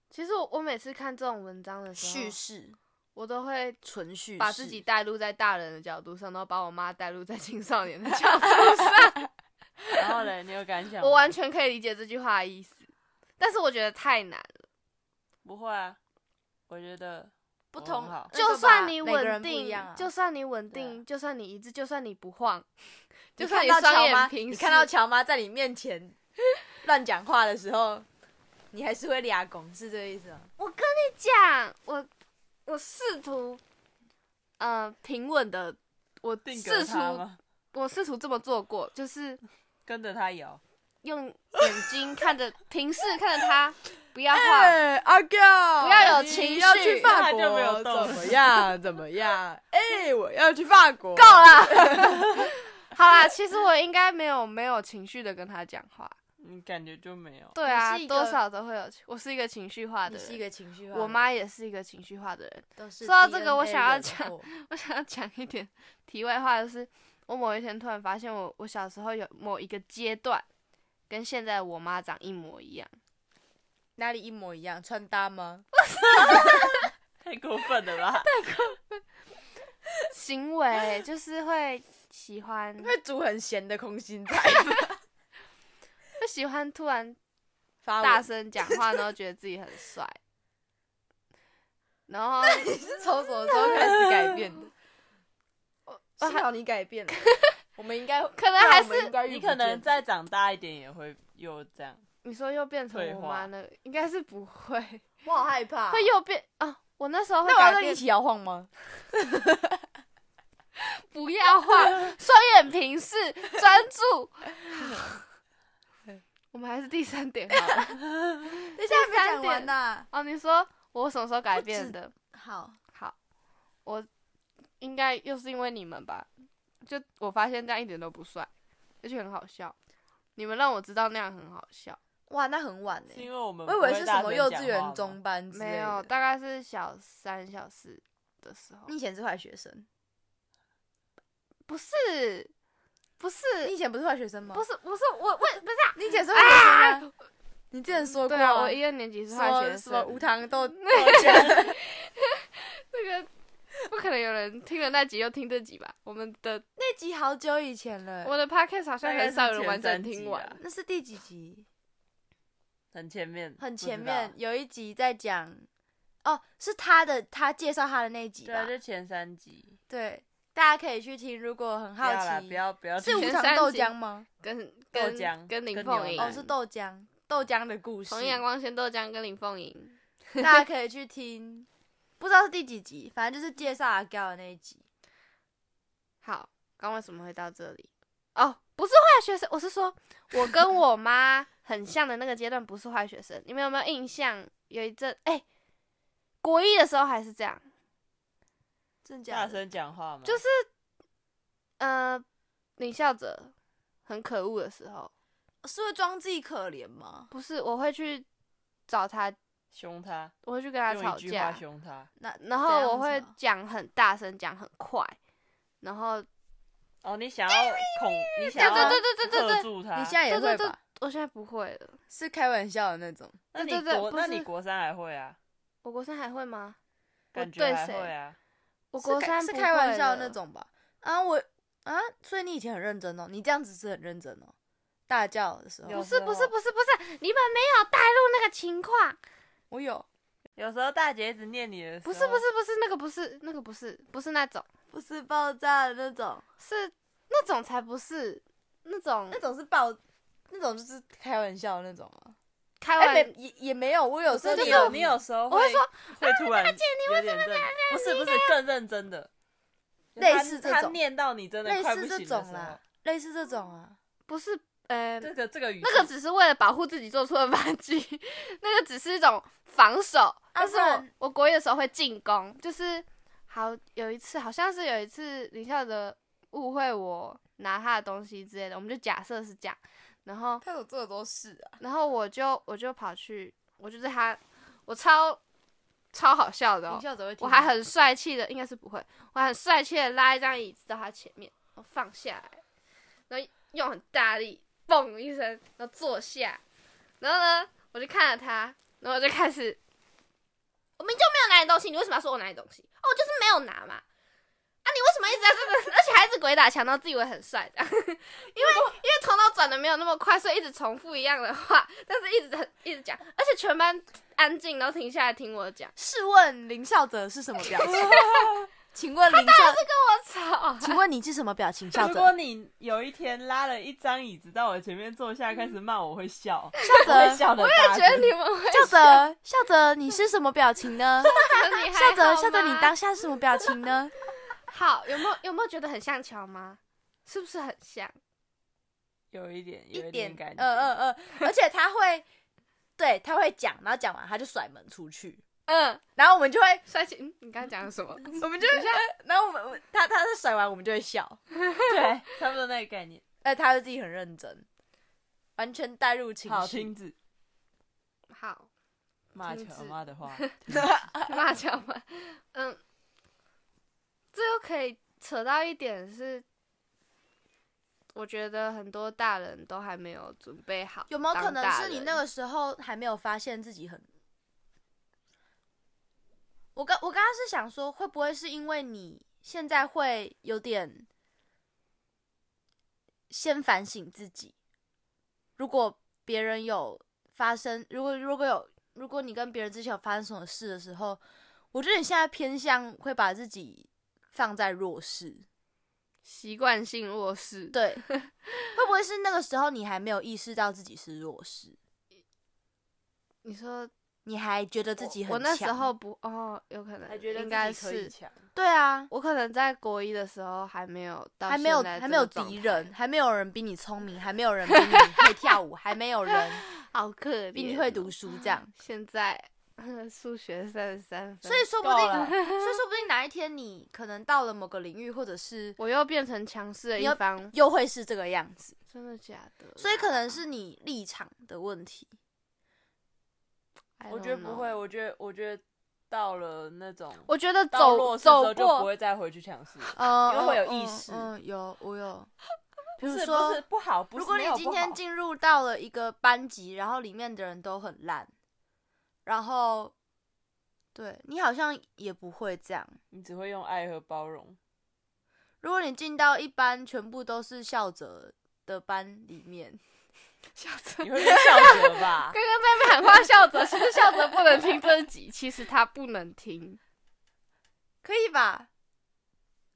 Speaker 4: 其实我我每次看这种文章的时
Speaker 1: 叙
Speaker 4: 候，
Speaker 1: 事，
Speaker 4: 我都会
Speaker 1: 纯叙事，
Speaker 4: 把自己带入在大人的角度上，然后把我妈带入在青少年的
Speaker 1: *laughs*
Speaker 4: 角度上。
Speaker 2: 然后嘞，你有感想吗？
Speaker 4: 我完全可以理解这句话的意思，但是我觉得太难了。
Speaker 2: 不会啊，我觉得
Speaker 1: 不
Speaker 4: 哦
Speaker 2: 我
Speaker 1: 同
Speaker 2: 很好
Speaker 1: 那个吧
Speaker 4: 就算你
Speaker 1: 每个
Speaker 4: 稳
Speaker 1: 人不一
Speaker 4: 定，
Speaker 1: 样啊
Speaker 4: 就算你稳
Speaker 2: 对
Speaker 4: 定，就算你一致，就算你不晃，
Speaker 1: 你
Speaker 4: 就
Speaker 1: 看
Speaker 4: 算
Speaker 1: 到
Speaker 4: 双
Speaker 1: 乔妈，
Speaker 4: 眼平
Speaker 1: 你
Speaker 4: 视，
Speaker 1: 看到乔妈在你面前 *laughs* 乱讲话的时候，你还是会俩拱，是这个意思吗？
Speaker 4: 我跟你讲，我我试图，呃，平稳的，我
Speaker 2: 定格
Speaker 4: 试图，
Speaker 2: 他吗？
Speaker 4: 我试图这么做过，就是
Speaker 2: 跟着他摇，
Speaker 4: 用眼睛看着， *laughs* 平视看着他，不 *laughs* 要晃。
Speaker 1: 哎，阿 g 不
Speaker 4: 不要有情绪
Speaker 1: 要去法
Speaker 2: 那就没有
Speaker 1: 国
Speaker 2: 动
Speaker 1: 怎 *laughs* 么样？怎么样？哎，我要去法国，够
Speaker 4: 够！啦， *laughs* 好啦，其实我应该没有没有情绪的跟他讲话。
Speaker 2: 你感觉就没有。
Speaker 4: 对啊
Speaker 1: 你是一，个
Speaker 4: 多少都会有情。我是一个情绪化
Speaker 1: 你
Speaker 4: 的
Speaker 1: 是一
Speaker 4: 人，
Speaker 1: 个情绪化的人，
Speaker 4: 我妈也是一个情绪化的人。
Speaker 1: 都是
Speaker 4: 说到这个我
Speaker 1: DNA
Speaker 4: 想要
Speaker 1: 人
Speaker 4: 讲
Speaker 1: 货
Speaker 4: 我想要讲一点题外话，就是我某一天突然发现我，我小时候有某一个阶段，跟现在我妈长一模一样。
Speaker 1: 哪里一模一样？穿搭吗？
Speaker 2: 太过分了吧？
Speaker 1: *laughs*
Speaker 4: 行为就是会喜欢，
Speaker 1: 会煮很咸的空心菜，
Speaker 4: *laughs* 会喜欢突然
Speaker 1: 发
Speaker 4: 大
Speaker 1: 文
Speaker 4: 声讲话，然后觉得自己很帅，然后
Speaker 1: 你是从什么时候开始改变
Speaker 4: *laughs*
Speaker 1: 的？幸好你改变了，我们应该
Speaker 4: 可能还是
Speaker 1: 不然我们应该遇
Speaker 2: 你
Speaker 1: 不
Speaker 2: 可能
Speaker 1: 见
Speaker 2: 再长大一点也会又这样。
Speaker 4: 你说又变成
Speaker 2: 退
Speaker 4: 我
Speaker 2: 化
Speaker 4: 妈那个，应该是不 *laughs* 会，
Speaker 1: 我好害怕，
Speaker 4: 会又变啊！我那时候会
Speaker 1: 那我要
Speaker 4: 改
Speaker 1: 跟你一
Speaker 4: 变，
Speaker 1: 起摇晃吗？
Speaker 4: 不要画双眼平视，专注。我们还是第三点好了。
Speaker 1: 等一下还没
Speaker 4: 三
Speaker 1: 讲完
Speaker 4: 点
Speaker 1: 呐。
Speaker 4: 哦，你说我什么时候改
Speaker 1: 不
Speaker 4: 变
Speaker 1: 止
Speaker 4: 的？
Speaker 1: 好，
Speaker 4: 应该又是因为你们吧？就我发现这样一点都不帅，而且很好笑。你们让我知道那样很好笑，
Speaker 1: 哇，那很晚
Speaker 2: 是因
Speaker 1: 呢。
Speaker 2: 为我们
Speaker 1: 我以
Speaker 2: 不
Speaker 1: 为
Speaker 2: 会
Speaker 1: 是
Speaker 2: 大
Speaker 1: 什么
Speaker 2: 声
Speaker 1: 幼
Speaker 2: 讲
Speaker 1: 稚
Speaker 2: 话吗
Speaker 1: 园、中班之类的
Speaker 4: 没有，大概是小三、小四的时候
Speaker 1: 你。以前是坏学生，
Speaker 4: 不是，不是，
Speaker 1: 你以前不是坏学生吗？
Speaker 4: 不，是，不是，我我不是
Speaker 1: 你以前是坏学生啊。你之前说过
Speaker 4: 对
Speaker 1: 啊，
Speaker 4: 啊，我一二年级是
Speaker 1: 什
Speaker 4: 坏学
Speaker 1: 么
Speaker 4: 生，
Speaker 1: 什么无糖豆， *laughs*
Speaker 4: 这个不可能有人听了那集又听这集吧？我们的
Speaker 1: 那集好久以前了，
Speaker 4: 我的 podcast 好像
Speaker 2: 大概
Speaker 4: 很少有
Speaker 2: 是
Speaker 4: 人
Speaker 2: 前
Speaker 4: 完整
Speaker 2: 三集
Speaker 4: 听完。
Speaker 2: 啊
Speaker 1: 那是第几集？
Speaker 2: 很前面，
Speaker 1: 很
Speaker 2: 不
Speaker 1: 前
Speaker 2: 知道
Speaker 1: 面，有一集在讲，哦，是他的，他介绍他的那一集
Speaker 2: 对啊，
Speaker 1: 吧？
Speaker 2: 就前三集。
Speaker 1: 对，大家可以去听，如果很
Speaker 2: 不
Speaker 1: 好
Speaker 2: 要啦，
Speaker 1: 奇
Speaker 2: 不。要不要
Speaker 1: 是
Speaker 2: 听
Speaker 1: 无
Speaker 4: 前
Speaker 1: 糖
Speaker 4: 三
Speaker 1: 豆
Speaker 4: 集
Speaker 1: 浆吗？
Speaker 4: 跟
Speaker 2: 豆
Speaker 4: 跟
Speaker 2: 浆
Speaker 4: 跟林
Speaker 2: 跟
Speaker 4: 凤
Speaker 2: 牛
Speaker 4: 营，
Speaker 2: 奶
Speaker 1: 哦，是豆浆，豆浆的故事
Speaker 4: 从。阳光鲜豆浆跟林凤营。
Speaker 1: 大家可以去听，不知道是第几集，反正就是介绍阿高的那一集。
Speaker 4: 好，刚为什么会到这里？哦，不是坏学生，我是说我跟我妈很像的那个阶段不是坏学生。你们有没有印象？有一阵哎、国一的时候还是这样，
Speaker 1: 真假
Speaker 2: 大
Speaker 1: 的？
Speaker 2: 声讲话吗？
Speaker 4: 就是呃，李孝哲很可恶的时候，
Speaker 1: 是会装自己可怜吗？
Speaker 4: 不是我会去找他，
Speaker 2: 凶他，
Speaker 4: 我会去跟他
Speaker 2: 用
Speaker 4: 吵
Speaker 2: 一句话
Speaker 4: 架，
Speaker 2: 凶他。
Speaker 1: 那
Speaker 4: 然
Speaker 1: 怎
Speaker 4: 后
Speaker 1: 样
Speaker 4: 我会
Speaker 1: 子啊
Speaker 4: 讲很大声，讲很快，然后
Speaker 2: 哦，你想要恐，你 *laughs* 想
Speaker 4: 对
Speaker 2: 要
Speaker 4: 对对对对对
Speaker 2: 吓住他。
Speaker 1: 你现在也
Speaker 4: 对对
Speaker 1: 会
Speaker 4: 对
Speaker 1: 吧？
Speaker 4: 我现在不会了。
Speaker 1: 是开玩笑的那种。
Speaker 2: 那你
Speaker 4: 对对对
Speaker 2: 国
Speaker 4: 不
Speaker 2: 那
Speaker 4: 是
Speaker 2: 你国三还会啊？
Speaker 4: 我国三还会吗？我
Speaker 2: 感觉
Speaker 4: 对
Speaker 2: 还
Speaker 4: 谁
Speaker 2: 会啊？
Speaker 4: 我
Speaker 1: 是
Speaker 4: 国
Speaker 1: 开
Speaker 4: 三
Speaker 1: 是
Speaker 4: 不
Speaker 1: 开玩
Speaker 4: 会
Speaker 1: 笑的
Speaker 4: 了
Speaker 1: 那。种吧？啊，我啊，所以你以前很认真哦，你这样子是很认真哦。大叫的时候，
Speaker 2: 有
Speaker 4: 不是
Speaker 2: 时
Speaker 4: 不是
Speaker 2: 候
Speaker 4: 不是不是，你们没有带入那个情况。
Speaker 1: 我有，
Speaker 2: 有时候大姐一直念你的，
Speaker 4: 不是不是，不是那个不是那个不是不是那种，
Speaker 1: 不是爆炸的那种，
Speaker 4: 是那种才不是那种
Speaker 1: 那种是爆，那种就是开玩笑的那种啊。
Speaker 4: 开玩
Speaker 1: 哎，没也也没有，我有时候
Speaker 2: 你
Speaker 1: 也
Speaker 2: 有你有时候
Speaker 4: 我会说
Speaker 2: 会突然有点认，不是不是更认真的，就
Speaker 1: 类
Speaker 2: 他
Speaker 1: 似这
Speaker 2: 他
Speaker 1: 种
Speaker 2: 念到你真的
Speaker 1: 类
Speaker 2: 快不
Speaker 1: 似
Speaker 2: 行
Speaker 1: 这
Speaker 2: 的时候
Speaker 1: 种啦，，类似这种啊，
Speaker 4: 不是呃
Speaker 2: 这个这个语
Speaker 4: 那个
Speaker 2: 气
Speaker 4: 只是为了保护自己做出的反击， *laughs* 那个只是一种防守。但是
Speaker 1: 啊不
Speaker 4: 我
Speaker 1: 然
Speaker 4: 我国一的时候会进攻，就是好有一次好像是有一次林孝哲误会我拿他的东西之类的，我们就假设是这样，然
Speaker 1: *laughs*
Speaker 4: 后
Speaker 1: 他有做的都是啊。
Speaker 4: 然后我就我就跑去，我就在他，我超超好笑的、
Speaker 1: 林
Speaker 4: 哦，
Speaker 1: 孝哲会听
Speaker 4: 我还
Speaker 1: 吗
Speaker 4: 很帅气的，应该是不会，我还很帅气的拉一张椅子到他前面，我放下来，然后用很大力，嘣一声，然后坐下，然后呢，我就看着他，然后我就开始，我明明就没有拿你东西，你为什么要说我拿你东西？哦，我就是没有拿嘛。啊，你为什么一直在这个，而且还一直鬼打墙，然后自以为很帅这样？ *laughs* 因为因为头脑转的没有那么快，所以一直重复一样的话，但是一直很一直讲，而且全班安静，然后停下来听我讲。
Speaker 1: 试问林孝哲是什么 *laughs* 表情？请问林孝，
Speaker 4: 我操！
Speaker 1: 请问你是什么表情？孝
Speaker 2: 如
Speaker 1: 哲，
Speaker 2: 果你有一天拉了一张椅子到我前面坐下，开始骂我，我会笑，
Speaker 1: 孝
Speaker 2: 我会
Speaker 1: 哲，
Speaker 2: 笑的。我也
Speaker 4: 觉得你们会
Speaker 1: 孝哲，孝哲，你是什么表情 *laughs* 呢？
Speaker 4: *laughs* 觉得你还
Speaker 1: 孝哲，
Speaker 4: 好
Speaker 1: 孝哲，你
Speaker 4: 吗
Speaker 1: 当下是什么表情呢？
Speaker 4: 好有没有有没有觉得很像乔妈？是不是很像？
Speaker 2: 有一点 *laughs* 有
Speaker 1: 一点
Speaker 2: 一点感觉，
Speaker 1: 嗯嗯嗯，而且他会，对，他会讲，然后讲完他就甩门出去，
Speaker 4: 嗯，
Speaker 1: 然后我们就会，
Speaker 4: 帅气。嗯，你刚刚讲的什么？
Speaker 1: 我们就会，然后我们我们他他是甩完我们就会笑，
Speaker 2: *laughs* 对，差不多那个概念。
Speaker 1: 哎，他会自己很认真，完全带入情
Speaker 2: 好，
Speaker 1: 绪
Speaker 2: 停。止
Speaker 4: 好，
Speaker 2: 骂
Speaker 4: 停
Speaker 2: 乔
Speaker 4: 止
Speaker 2: 妈的话，
Speaker 4: *laughs* 骂乔妈。嗯，这又可以扯到一点是，我觉得很多大人都还没有准备好。
Speaker 1: 有没有可能是你那？个时候还没有发现自己很？我刚我刚刚是想说，会不会是因为你现在会有点先反省自己？如果别人有发生，如果如果有，如果你跟别人之前有发生什么事的时候，我觉得你现在偏向会把自己放在弱势。
Speaker 4: 习惯性弱势？
Speaker 1: 对，会不会是那个时候你还没有意识到自己是弱势？
Speaker 4: 你说
Speaker 1: 你还觉得自己很
Speaker 4: 我那时
Speaker 1: 强
Speaker 4: 候不哦，有可能
Speaker 2: 还觉得
Speaker 4: 应该
Speaker 2: 自己可以
Speaker 4: 是
Speaker 2: 强，
Speaker 1: 对啊，
Speaker 4: 我可能在国一的时候还没有到
Speaker 1: 还没有
Speaker 4: 现在
Speaker 1: 还
Speaker 4: 这
Speaker 1: 没有
Speaker 4: 个状
Speaker 1: 敌
Speaker 4: 态，
Speaker 1: 人，还没有人比你聪明，还没有人比你会跳舞，还没有人
Speaker 4: 好可怜、
Speaker 1: 比你会读。书，这样。
Speaker 4: 现在 *laughs* 数学三十三分，
Speaker 1: 所以说不
Speaker 2: 够
Speaker 1: 定，
Speaker 2: 了
Speaker 1: *laughs* 所以说不定哪一天你可能到了某个领域，或者是
Speaker 4: 我又变成强势的
Speaker 1: 你
Speaker 4: 一
Speaker 1: 要
Speaker 4: 方，
Speaker 1: 又会是这个样子。
Speaker 4: 真的假的啦？
Speaker 1: 所以可能是你立场的问题。
Speaker 4: I
Speaker 2: 我觉得
Speaker 4: don't
Speaker 2: 不
Speaker 4: know
Speaker 2: 会，，我觉得我觉得到了那种
Speaker 4: 我觉得
Speaker 2: 到
Speaker 4: 走
Speaker 2: 弱势之后
Speaker 4: 走
Speaker 2: 就不
Speaker 4: 过
Speaker 2: 会再回去强势了，
Speaker 1: 呃
Speaker 2: 因为会有意识
Speaker 1: 嗯，嗯有我有，比
Speaker 2: 不
Speaker 1: 如
Speaker 2: 是
Speaker 1: 说
Speaker 2: 不是不好，不是
Speaker 1: 如果你
Speaker 2: 没有不
Speaker 1: 今天
Speaker 2: 好
Speaker 1: 进入到了一个班级，然后里面的人都很烂，然后对你好像也不会这样。
Speaker 2: 你只会用爱和包容，
Speaker 4: *laughs*
Speaker 1: 如果你进到一班全部都是校者的班里面，
Speaker 4: 校车
Speaker 2: 你会变笑者吧？
Speaker 4: 刚刚在那边喊话笑泽， *laughs* 其实笑泽不能听这一集，其实他不能听。
Speaker 1: 可以吧？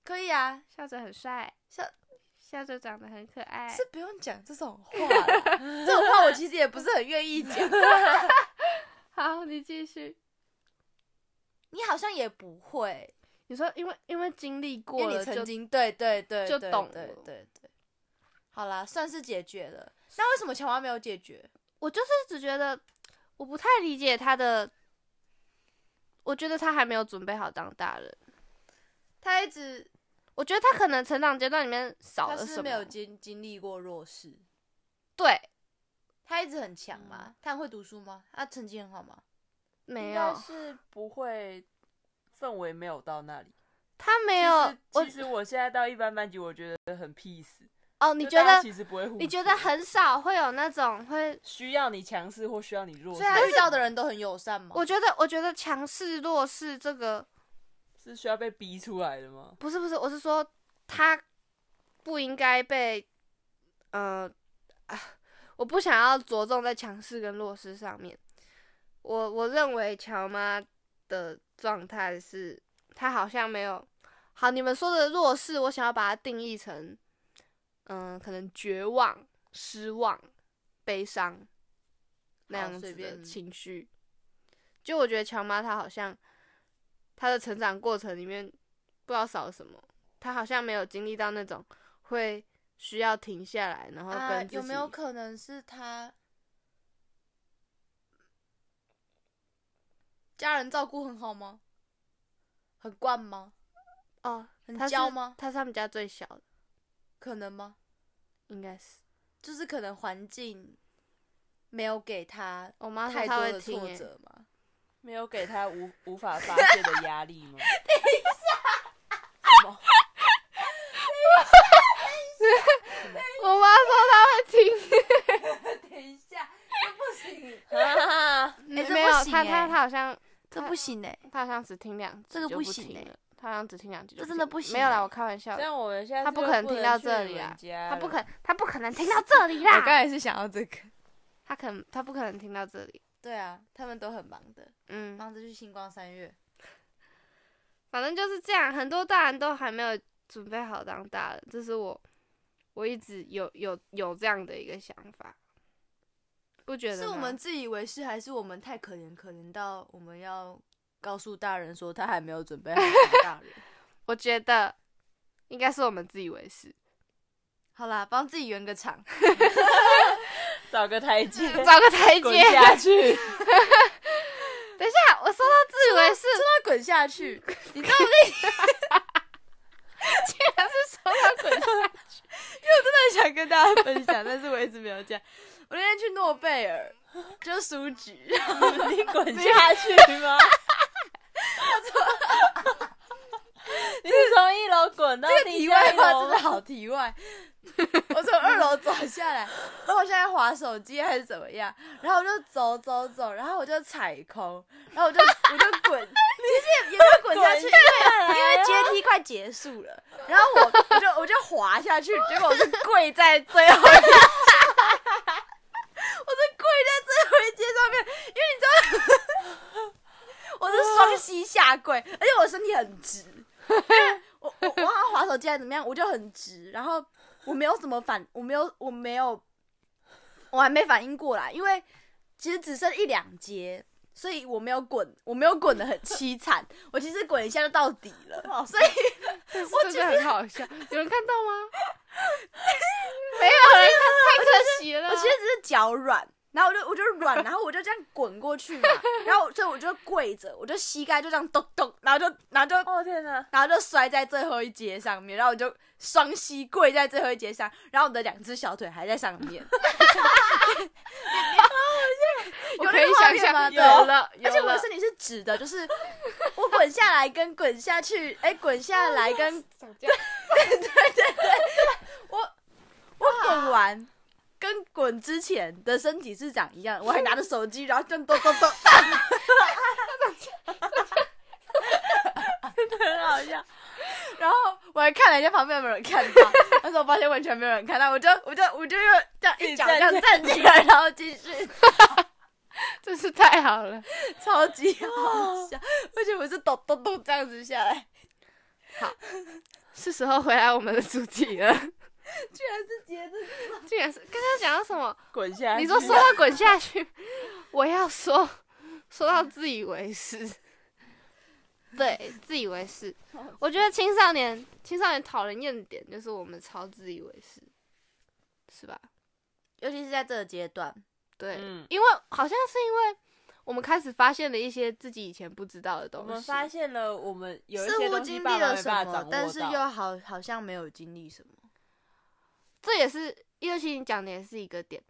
Speaker 1: 可以啊，
Speaker 4: 笑泽很帅，
Speaker 1: 笑
Speaker 4: 笑泽长得很可爱。
Speaker 1: 是不用讲这种 *laughs* 话啦，这种话我其实也不是很愿意 *laughs* 讲。
Speaker 4: 好，你继续。
Speaker 1: 你好像也不会，
Speaker 4: 你说因为因为经历
Speaker 1: 因
Speaker 4: 过
Speaker 1: 为你
Speaker 4: 了
Speaker 1: 曾
Speaker 4: 就
Speaker 1: 经对对对
Speaker 4: 就
Speaker 1: 对
Speaker 4: 懂
Speaker 1: 对
Speaker 4: 了
Speaker 1: 对对对。好啦，算是解决了。那为什么乔妈没有解决？
Speaker 4: 我就是只觉得我不太理解他的，我觉得他还没有准备好当大人。
Speaker 1: 她一直
Speaker 4: 我觉得他可能成长阶段里面少
Speaker 1: 他
Speaker 4: 了
Speaker 1: 是
Speaker 4: 什
Speaker 1: 没有
Speaker 4: 么，
Speaker 1: 经经历过弱势，
Speaker 4: 对，
Speaker 1: 他一直很强
Speaker 4: 嗯
Speaker 1: 嘛。他很会读书吗？他成绩很好吗？
Speaker 4: *laughs* 没
Speaker 2: 应该
Speaker 4: 有，
Speaker 2: 是不会，氛围没有到那里。
Speaker 4: 他没有
Speaker 2: 其实。
Speaker 4: 我
Speaker 2: 其实我现在到一般班级，我觉得很 peace。
Speaker 4: 哦，你
Speaker 2: 就
Speaker 4: 觉
Speaker 2: 大家
Speaker 4: 得
Speaker 2: 其实不会互
Speaker 4: 你觉
Speaker 2: 啄
Speaker 4: 得很少会有那种会
Speaker 2: 需要你强势或需要你弱势
Speaker 1: 所以，他遇到的人都很友善吗？
Speaker 4: 我觉得，我觉得强势弱势这个
Speaker 2: 是需要被逼出来的吗？
Speaker 4: 不是不是，我是说他不应该被，呃，啊我不想要着重在强势跟弱势上面。我我认为乔妈的状态是，她好像没有好你们说的弱势，我想要把它定义成，嗯、可能绝望、失望、悲伤那
Speaker 1: 好
Speaker 4: 样
Speaker 1: 随
Speaker 4: 子
Speaker 1: 便
Speaker 4: 的
Speaker 1: 你
Speaker 4: 情绪。就我觉得乔妈她好像她的成长过程里面不知道少了什么，她好像没有经历到那种会需要停下来，然后
Speaker 1: 啊
Speaker 4: 跟，自己、
Speaker 1: 有没有可能是他家人照顾很好吗？很惯吗？
Speaker 4: 哦？
Speaker 1: 很
Speaker 4: 她是
Speaker 1: 娇吗
Speaker 4: 她是他们家最小的，
Speaker 1: 可能吗？
Speaker 4: 应该是
Speaker 1: 就是可能环境没有给他
Speaker 4: 我妈说
Speaker 1: 太
Speaker 4: 她
Speaker 1: 多
Speaker 4: 会
Speaker 1: 的
Speaker 4: 听、
Speaker 1: 挫
Speaker 4: 欸
Speaker 1: 折吗？
Speaker 2: 没有给他 *laughs* 无无法发泄的压力 *laughs* 吗？等一 *laughs* 下，
Speaker 4: 我妈说
Speaker 1: *laughs* 等一下，这不行，
Speaker 2: 啊
Speaker 4: 她会听，没
Speaker 1: 哎这
Speaker 4: 没
Speaker 1: 不
Speaker 4: 有
Speaker 1: 行
Speaker 4: 她
Speaker 1: 欸
Speaker 4: 她她好像
Speaker 1: 这不行哎！
Speaker 4: 她好像只听两集
Speaker 1: 这个
Speaker 4: 就
Speaker 1: 不
Speaker 4: 不
Speaker 1: 行
Speaker 4: 听
Speaker 1: 欸
Speaker 4: 了她好像只听两集就
Speaker 1: 这
Speaker 4: 不
Speaker 1: 真的
Speaker 4: 听
Speaker 1: 不
Speaker 4: 了
Speaker 1: 行
Speaker 4: 没有啦，
Speaker 1: 欸
Speaker 4: 我开开玩笑
Speaker 2: 这
Speaker 4: 的，
Speaker 2: 样我们现在
Speaker 4: 他
Speaker 2: 就
Speaker 4: 不
Speaker 2: 不
Speaker 4: 可能听到这里
Speaker 2: 啊
Speaker 4: 啦，她不可能她不可能听到这里
Speaker 1: *laughs* 我
Speaker 4: 啦，
Speaker 1: 才是想要这个。
Speaker 4: 她可能她不可能听到这里，
Speaker 1: 对啊，他们都很忙的，
Speaker 4: 嗯，
Speaker 1: 忙着去星光三月。
Speaker 4: 反正就是这样，很多大人都还没有准备好当大人，这是我我一直有有有这样的一个想法，不觉得吗
Speaker 1: 是我们自以为是，还是我们太可怜，可怜到我们要告诉大人说他还没有准备好当大人？
Speaker 4: 我觉得应该是我们自以为是，
Speaker 1: *laughs* 好啦，帮自己圆个 *laughs* 场。
Speaker 2: 找个台阶
Speaker 4: 找个台阶。
Speaker 2: 滚
Speaker 4: 等 *laughs*
Speaker 2: 下去。
Speaker 4: 一下，我说到自以为是，
Speaker 1: 他滚下去，你知道我 *laughs*
Speaker 4: 竟然是说到滚下去。
Speaker 1: *laughs* 在想跟大家分享，但是我一直没有讲。我那天去诺贝 *laughs* 尔，就是书局，
Speaker 2: 你滚下
Speaker 4: *laughs*
Speaker 2: 去吗？你是从一楼滚到
Speaker 1: 这个
Speaker 2: 地
Speaker 1: 题
Speaker 2: 下
Speaker 1: 外
Speaker 2: 一
Speaker 1: 话真
Speaker 2: 楼
Speaker 1: 的
Speaker 2: 吗，
Speaker 1: *laughs* 好题外。我从二楼走下来，然后我现在划手机还是怎么样，然后我就走走走，然后我就踩空，然后我就我就 *laughs* 滚，其实也也没有滚下去，因为因为阶梯快结束了，然后我我就我就滑下去，结果我是跪在最后一阶，我是跪在最后一阶上面，因为你知道 *laughs* 我是双膝下跪，而且我身体很直，因为我我我好像滑手机还是怎么样，我就很直，然后。我没有怎么反，我没有，我没有，我还没反应过来，因为其实只剩一两节，所以我没有滚，我没有滚的很凄惨，我其实滚一下就到底了，所以
Speaker 4: 我真的很好笑，有人看到吗？没有人看，太可惜了。
Speaker 1: 我其实只是脚软，然后我就我就软，然后我就这样滚过去嘛，然后所以我就跪着，我就膝盖就这样咚咚，然后就然后就
Speaker 2: 哦天哪！
Speaker 1: 然后就摔在最后一节上面，然后我就双膝跪在最后一节上，然后我的两只小腿还在上面。 *laughs*
Speaker 4: 我
Speaker 1: 有
Speaker 4: 可以
Speaker 1: 那个画
Speaker 4: 想
Speaker 1: 面吗
Speaker 4: 象，
Speaker 1: 对
Speaker 4: 了，有
Speaker 1: 而且我的
Speaker 4: 了
Speaker 1: 身体是直的，就是 *laughs* 我滚下来跟滚下去，哎、滚下来跟
Speaker 4: 吵架
Speaker 1: 我滚完跟滚之前的身体是长一样，我还拿着手机，然后就咚咚咚， *laughs*
Speaker 2: 很好
Speaker 4: *laughs*
Speaker 2: 笑，
Speaker 1: 然后我还看了一下旁边有没有人看到， *laughs* 但是我发现完全没有人看到，我就我就我就又这样一脚这样站起来，然后继
Speaker 2: *laughs*
Speaker 1: 续，
Speaker 4: 真是太好了。
Speaker 1: 超级好笑，而且我是咚咚咚这样子下来，
Speaker 4: 是时候回来我们的主题了，
Speaker 1: 居然是截肢，
Speaker 4: 竟然是刚刚讲到什么？
Speaker 2: 滚下去！
Speaker 4: 你说说到滚下去， *laughs* 我要说说到自以为是，对，自以为是。我觉得青少年青少年讨人厌的点就是我们超自以为是，是吧？
Speaker 1: 尤其是在这个阶段，
Speaker 4: 对， *laughs*
Speaker 2: 嗯
Speaker 4: 因为好像是因为我们开始发现了一些自己以前不知道的
Speaker 2: 我
Speaker 4: 东
Speaker 2: 们
Speaker 4: 西，
Speaker 2: 发现了，我们有一
Speaker 1: 似
Speaker 2: 些
Speaker 1: 乎
Speaker 2: 东西
Speaker 1: 经
Speaker 2: 爸
Speaker 1: 历
Speaker 2: 妈
Speaker 1: 了
Speaker 2: 没
Speaker 1: 什
Speaker 2: 办法掌
Speaker 1: 么
Speaker 2: 握，
Speaker 1: 但是
Speaker 2: 到
Speaker 1: 又好好像没有经历什么。
Speaker 4: 这也是叶其你讲的也是一个点，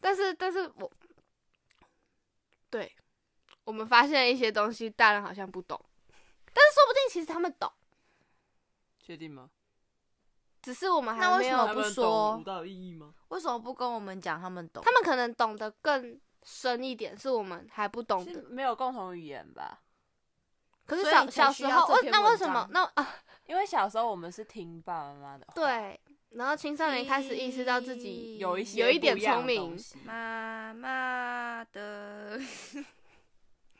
Speaker 4: 但是但是我对我们发现了一些东西，大人好像不懂，但是说不定其实他们懂，
Speaker 2: 确定吗？
Speaker 4: 只是我们
Speaker 1: 那
Speaker 4: 还
Speaker 1: 为
Speaker 4: 没
Speaker 1: 什
Speaker 4: 有，
Speaker 1: 么
Speaker 2: 他
Speaker 1: 不
Speaker 2: 们
Speaker 1: 说
Speaker 2: 懂舞蹈的意义吗？
Speaker 1: 为什么不跟我们讲他们懂
Speaker 4: 他？们可能懂得更深一点，是我们还不懂
Speaker 2: 是
Speaker 4: 的。
Speaker 2: 没有共同语言吧？
Speaker 4: 可是
Speaker 1: 所以
Speaker 4: 小
Speaker 1: 才
Speaker 4: 小
Speaker 1: 需
Speaker 4: 时
Speaker 1: 要
Speaker 4: 候，
Speaker 1: 这
Speaker 4: 我
Speaker 1: 篇
Speaker 4: 那为
Speaker 1: 文
Speaker 4: 什么
Speaker 1: 章
Speaker 4: 那啊
Speaker 2: 因为小时候我们是听爸爸妈妈的话，，
Speaker 4: 对？然后青少年开始意识到自己
Speaker 2: 有一些
Speaker 4: 有一点
Speaker 2: 不样的
Speaker 4: 聪明 *laughs*
Speaker 2: 东西
Speaker 1: 妈妈的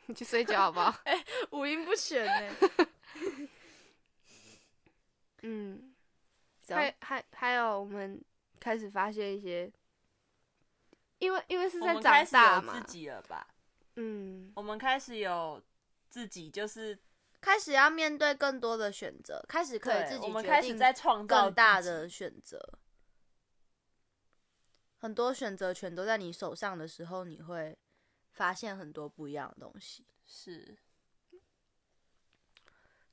Speaker 4: 你去睡觉好不好？
Speaker 1: *laughs* 五音不全呢、 *laughs*
Speaker 4: 嗯，
Speaker 1: 走
Speaker 4: 还还还有，我们开始发现一些，因为因为是
Speaker 2: 我
Speaker 4: 在
Speaker 2: 们
Speaker 4: 长
Speaker 2: 开始
Speaker 4: 大
Speaker 2: 有
Speaker 4: 嘛
Speaker 2: 自，己了吧？
Speaker 4: 嗯，
Speaker 2: 我们开始有自己，就是
Speaker 1: 开始要面对更多的选择，开始可以
Speaker 2: 对
Speaker 1: 自己
Speaker 2: 我们
Speaker 1: 决
Speaker 2: 开始
Speaker 1: 定
Speaker 2: 在创造
Speaker 1: 更大
Speaker 2: 自己
Speaker 1: 的选择。很多选择权都在你手上的时候，你会发现很多不一样的东西。
Speaker 2: 是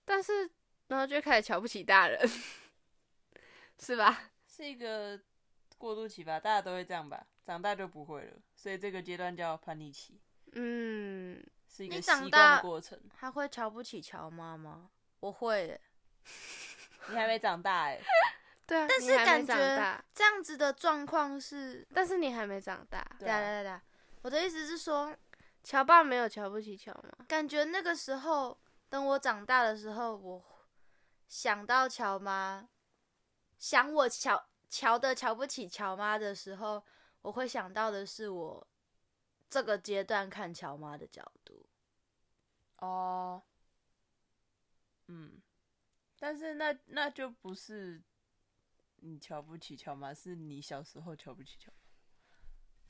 Speaker 4: 但是然后就开始瞧不起大人， *laughs* 是吧？
Speaker 2: 是一个过渡期吧，大家都会这样吧，长大就不会了，所以这个阶段叫叛逆期，
Speaker 4: 嗯，
Speaker 2: 是一
Speaker 1: 你
Speaker 2: 个习
Speaker 1: 长
Speaker 2: 惯
Speaker 1: 大
Speaker 2: 的过程。
Speaker 1: 他会瞧不起乔妈吗？我会耶、
Speaker 2: 你还没长大
Speaker 1: *laughs*
Speaker 2: 哎、
Speaker 4: 对啊，
Speaker 1: 但
Speaker 4: 你
Speaker 1: 是
Speaker 4: 还没
Speaker 1: 感
Speaker 4: 长
Speaker 1: 觉
Speaker 4: 大，
Speaker 1: 这样子的状况是，
Speaker 4: 但是你还没长大，
Speaker 2: 对
Speaker 1: 来
Speaker 2: 啊
Speaker 1: 来来来，我的意思是说，
Speaker 4: 乔爸没有瞧不起乔吗？
Speaker 1: 感觉那个时候，等我长大的时候，我想到乔妈，想我乔乔的瞧不起乔妈的时候，我会想到的是我这个阶段看乔妈的角度。
Speaker 2: 哦，嗯，但是那那就不是你瞧不起乔妈，是你小时候瞧不起乔妈。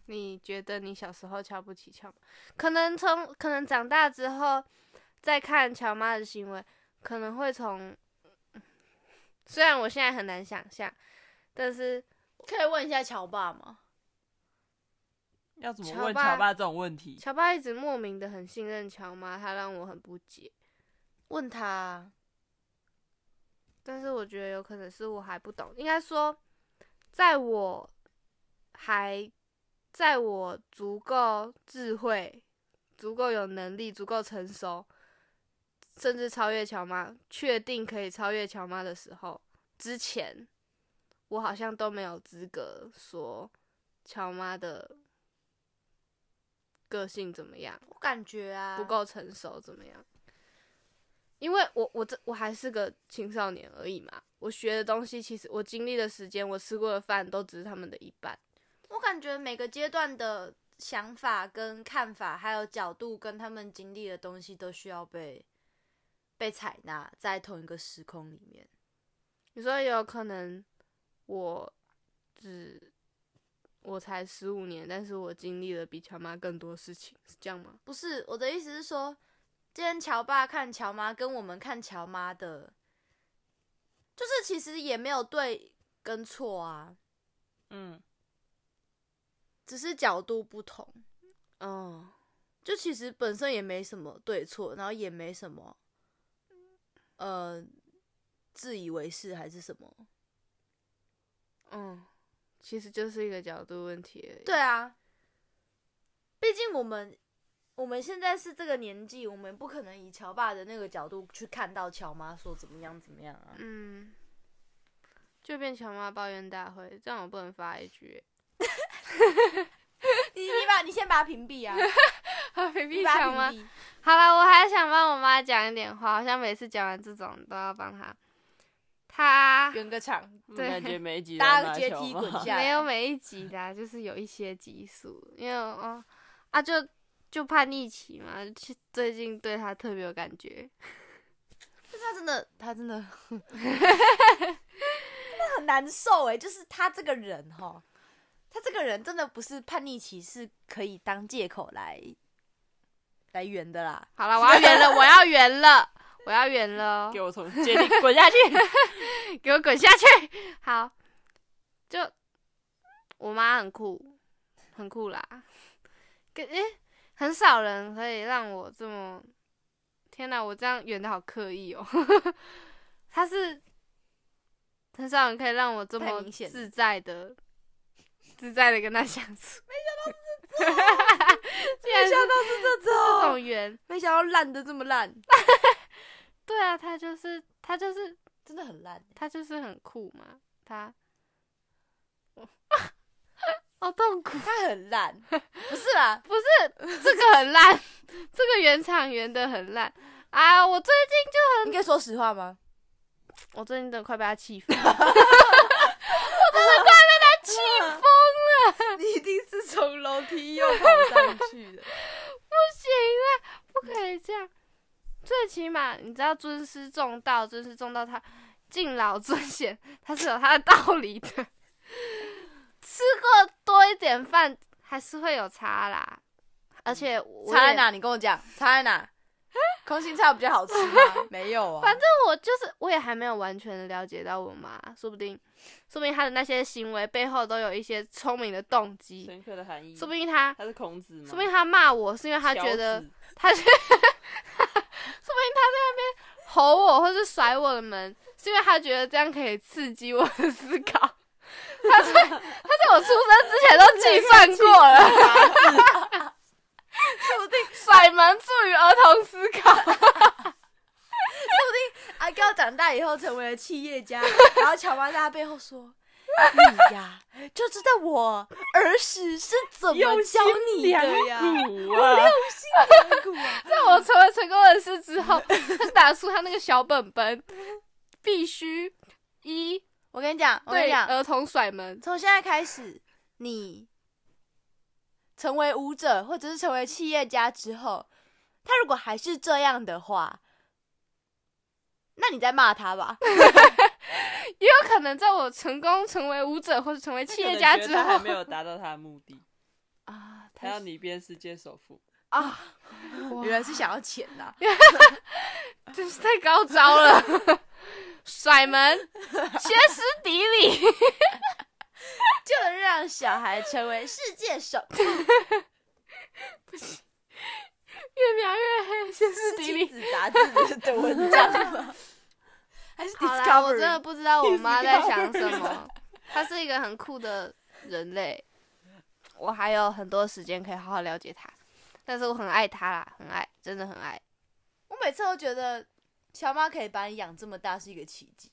Speaker 4: 你觉得你小时候瞧不起乔妈？可能从可能长大之后再看乔妈的行为，可能会从， *laughs* 虽然我现在很难想象，但是
Speaker 1: 可以问一下乔爸吗？
Speaker 2: 要怎么
Speaker 4: 乔
Speaker 2: 问
Speaker 4: 爸
Speaker 2: 乔爸这种问题？
Speaker 4: 乔爸一直莫名的很信任乔妈，他让我很不解。
Speaker 1: 问他啊，
Speaker 4: 但是我觉得有可能是我还不懂，应该说，在我还在我足够智慧、足够有能力、足够成熟，甚至超越乔妈，确定可以超越乔妈的时候之前，我好像都没有资格说乔妈的个性怎么样，
Speaker 1: 我感觉啊，
Speaker 4: 不够成熟怎么样？因为我我这我还是个青少年而已嘛，我学的东西其实我经历的时间，我吃过的饭都只是他们的一半。
Speaker 1: 我感觉每个阶段的想法跟看法，还有角度，跟他们经历的东西，都需要被被采纳在同一个时空里面。
Speaker 4: 你说也有可能我只我才十五年，但是我经历了比乔妈更多事情，是这样吗？
Speaker 1: 不是我的意思是说，今天乔爸看乔妈跟我们看乔妈的，就是其实也没有对跟错啊，
Speaker 2: 嗯，
Speaker 1: 只是角度不同。
Speaker 4: 嗯，
Speaker 1: 就其实本身也没什么对错，然后也没什么，呃，自以为是还是什么？
Speaker 4: 嗯，其实就是一个角度问题而已。
Speaker 1: 对啊，毕竟我们我们现在是这个年纪，我们不可能以乔爸的那个角度去看到乔妈说怎么样怎么样啊。
Speaker 4: 嗯，就变乔妈抱怨大会，这样我不能发一 *laughs* 句、
Speaker 1: 你你把你先把他屏蔽
Speaker 4: *laughs*
Speaker 1: 啊，
Speaker 4: 好，啊，皮
Speaker 1: 你
Speaker 4: 皮
Speaker 1: 把他
Speaker 4: 乔妈。
Speaker 1: 屏蔽。
Speaker 4: 好了，我还想帮我妈讲一点话，好像每次讲完这种都要帮她。她
Speaker 1: 圆个场，
Speaker 4: 对
Speaker 2: 嗯感觉每
Speaker 1: *laughs*
Speaker 2: 一集都
Speaker 1: 搭
Speaker 2: 要拿
Speaker 1: 阶
Speaker 2: 球
Speaker 1: 梯
Speaker 2: 吧
Speaker 1: 滚下来
Speaker 4: 没有每一集的啊、就是有一些集数，因为哦啊就就叛逆期嘛，就最近对她特别有感觉。
Speaker 1: 但是他真的，他真
Speaker 4: *laughs*
Speaker 1: 的，真的很难受哎、就是他这个人哈，他这个人真的不是叛逆期是可以当借口来来圆的啦。
Speaker 4: 好了，我要圆了，我要圆了，我要圆了哦。
Speaker 2: 给我从阶梯滚下去。
Speaker 4: 给我滚下去！ *laughs* 好，就我妈很酷，很酷啦。跟诶、很少人可以让我这么……天哪，我这样演的好刻意哦。 *laughs* 她是很少人可以让我这
Speaker 1: 太
Speaker 4: 么
Speaker 1: 明显了
Speaker 4: 自在的、自在的跟她相
Speaker 1: *laughs*
Speaker 4: 处。没想到是这种，竟然想到是这种缘。
Speaker 1: 没想到烂的这么烂，
Speaker 4: 对啊，她就是她就是
Speaker 1: 真的很烂。
Speaker 4: 他就是很酷嘛，他，我 *laughs* 好痛苦，
Speaker 1: 他很烂，
Speaker 4: *laughs*
Speaker 1: 不是啦，
Speaker 4: 不是这个很烂， *laughs* 这个原厂原的很烂啊！我最
Speaker 1: 你可以说实话吗？
Speaker 4: *laughs* 我最近真的快被他气疯，
Speaker 1: 气疯了！你一定是 *laughs* 从楼梯又跑上去的。
Speaker 4: 不行啊，不可以这样。最起码你知道尊师重道，尊师重道他敬老尊贤，他是有他的道理的。 *laughs* 吃过多一点饭还是会有差啦，而且我
Speaker 1: 差在
Speaker 4: 也
Speaker 1: 哪？你跟我讲，差在
Speaker 4: *laughs*
Speaker 1: 哪？空心菜比较好吃吗？没有啊，
Speaker 4: 反正我就是我也还没有完全的了解到我妈，说不定，说不定她的那些行为背后都有一些聪明的动机，
Speaker 2: *laughs* 深刻的含义。
Speaker 4: 说不定她，
Speaker 2: 他是孔子吗？
Speaker 4: 说不定她骂我是因为她觉得
Speaker 2: 小子
Speaker 4: *laughs* 她觉得，说不定她在那边吼我或是甩我的门，是因为她觉得这样可以刺激我的思考。 *laughs* 她在她在我出生之前都计算过了， *laughs* 说不定甩门助于儿童思考。
Speaker 1: 阿高啊长大以后成为了企业家，然后乔妈在他背后说：“你呀，就知道我儿时是怎么
Speaker 2: 用
Speaker 1: 教
Speaker 2: 心
Speaker 1: 你
Speaker 2: 良
Speaker 1: 的呀。”
Speaker 2: 苦
Speaker 1: *laughs*
Speaker 2: 啊！
Speaker 1: 苦啊！
Speaker 4: 在我成为成功人士之后，他就打出他那个小本本，必须一
Speaker 1: 我跟你讲，我跟你
Speaker 4: 对
Speaker 2: 呃
Speaker 1: 讲，
Speaker 4: 儿童甩门，
Speaker 1: 从现在开始，你成为舞者或者是成为企业家之后，他如果还是这样的话，那你再骂他
Speaker 2: *laughs*
Speaker 1: 吧。
Speaker 4: 也有可能在我成功成为舞者或者成为企业家之
Speaker 2: 他
Speaker 4: 后
Speaker 2: 还没有达到他的目
Speaker 1: *laughs*
Speaker 2: 的，
Speaker 4: 啊，
Speaker 2: 他要你变世界首富。
Speaker 4: 啊，哇
Speaker 1: 原来是想要钱呐、
Speaker 4: 真是太高招了，甩门，歇斯底里，
Speaker 1: 就能让小孩成为世界首富，
Speaker 4: 越描越黑，歇斯底
Speaker 1: 亲
Speaker 4: 里。
Speaker 2: *laughs*
Speaker 1: 子杂志的文章吗？还是
Speaker 4: 好啦，我
Speaker 1: Discovery？
Speaker 4: 真的不知道我妈在想什
Speaker 2: *laughs*
Speaker 4: 么，她是一个很酷的人类，我还有很多时间可以好好了解她，但是我很爱她啦，很爱，真的很爱。
Speaker 1: 我每次都觉得小妈可以把你养这么大是一个奇迹。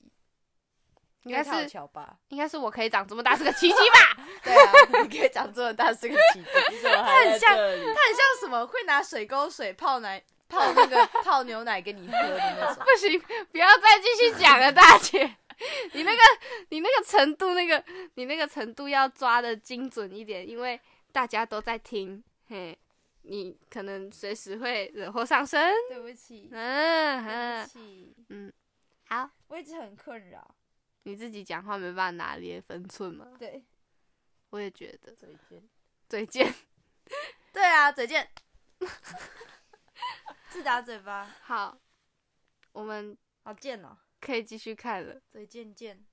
Speaker 4: 应该
Speaker 1: 因为它有
Speaker 4: 是
Speaker 1: 乔巴，
Speaker 4: 应该是我可以长这么大是个奇迹吧？
Speaker 1: 对啊，你可以长这么大是个奇迹。
Speaker 2: 你怎么还在这里？
Speaker 1: 它很像什么会拿水沟水泡奶泡那 *laughs* 个泡牛奶给你喝的那种。
Speaker 4: 不行，不要再继续讲了，大姐。你那个，你那个程度，那个，你那个程度要抓的精准一点，因为大家都在听，嘿，你可能随时会惹祸上身。
Speaker 1: 对不起，
Speaker 4: 嗯
Speaker 1: 对不
Speaker 4: 哼，
Speaker 1: 起，
Speaker 4: 好，
Speaker 1: 我一直很困扰。
Speaker 4: 你自己讲话没办法拿捏分寸嘛，
Speaker 1: 对，
Speaker 4: 我也觉得
Speaker 2: 再见
Speaker 4: 嘴贱。
Speaker 1: 对啊，嘴贱， *laughs* 自打嘴巴，
Speaker 4: *laughs* 好，我们
Speaker 1: 好贱哦，
Speaker 4: 可以继续看了。
Speaker 1: 嘴贱贱。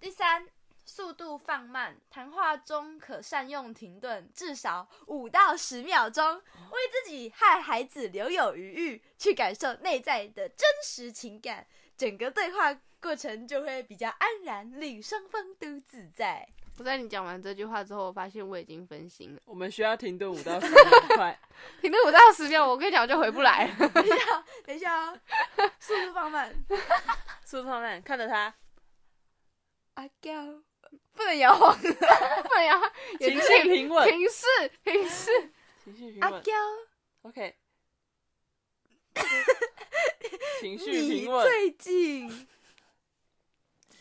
Speaker 1: 第三，速度放慢，谈话中可善用停顿，至少五到十秒钟，为自己和孩子留有余裕，去感受内在的真实情感，整个对话过程就会比较安然，令双方都自在。
Speaker 4: 我在你讲完这句话之后，我发现我已经分心了。
Speaker 2: 我们需要停顿五到
Speaker 1: *laughs*
Speaker 2: 十秒，快！
Speaker 4: 停顿五到十秒，我跟你讲，我就回不来 *laughs* 了。
Speaker 1: 等一下，等一下哦，速度放慢。
Speaker 2: 速度放慢，看着他，
Speaker 1: 阿娇，不能摇晃。
Speaker 4: 不然有
Speaker 2: 情绪平稳，
Speaker 4: 平视平视，
Speaker 2: 情绪平
Speaker 1: 阿
Speaker 2: 稳
Speaker 1: 娇， *laughs*
Speaker 2: ，OK。情绪
Speaker 1: 你
Speaker 2: 平稳，
Speaker 1: 最近。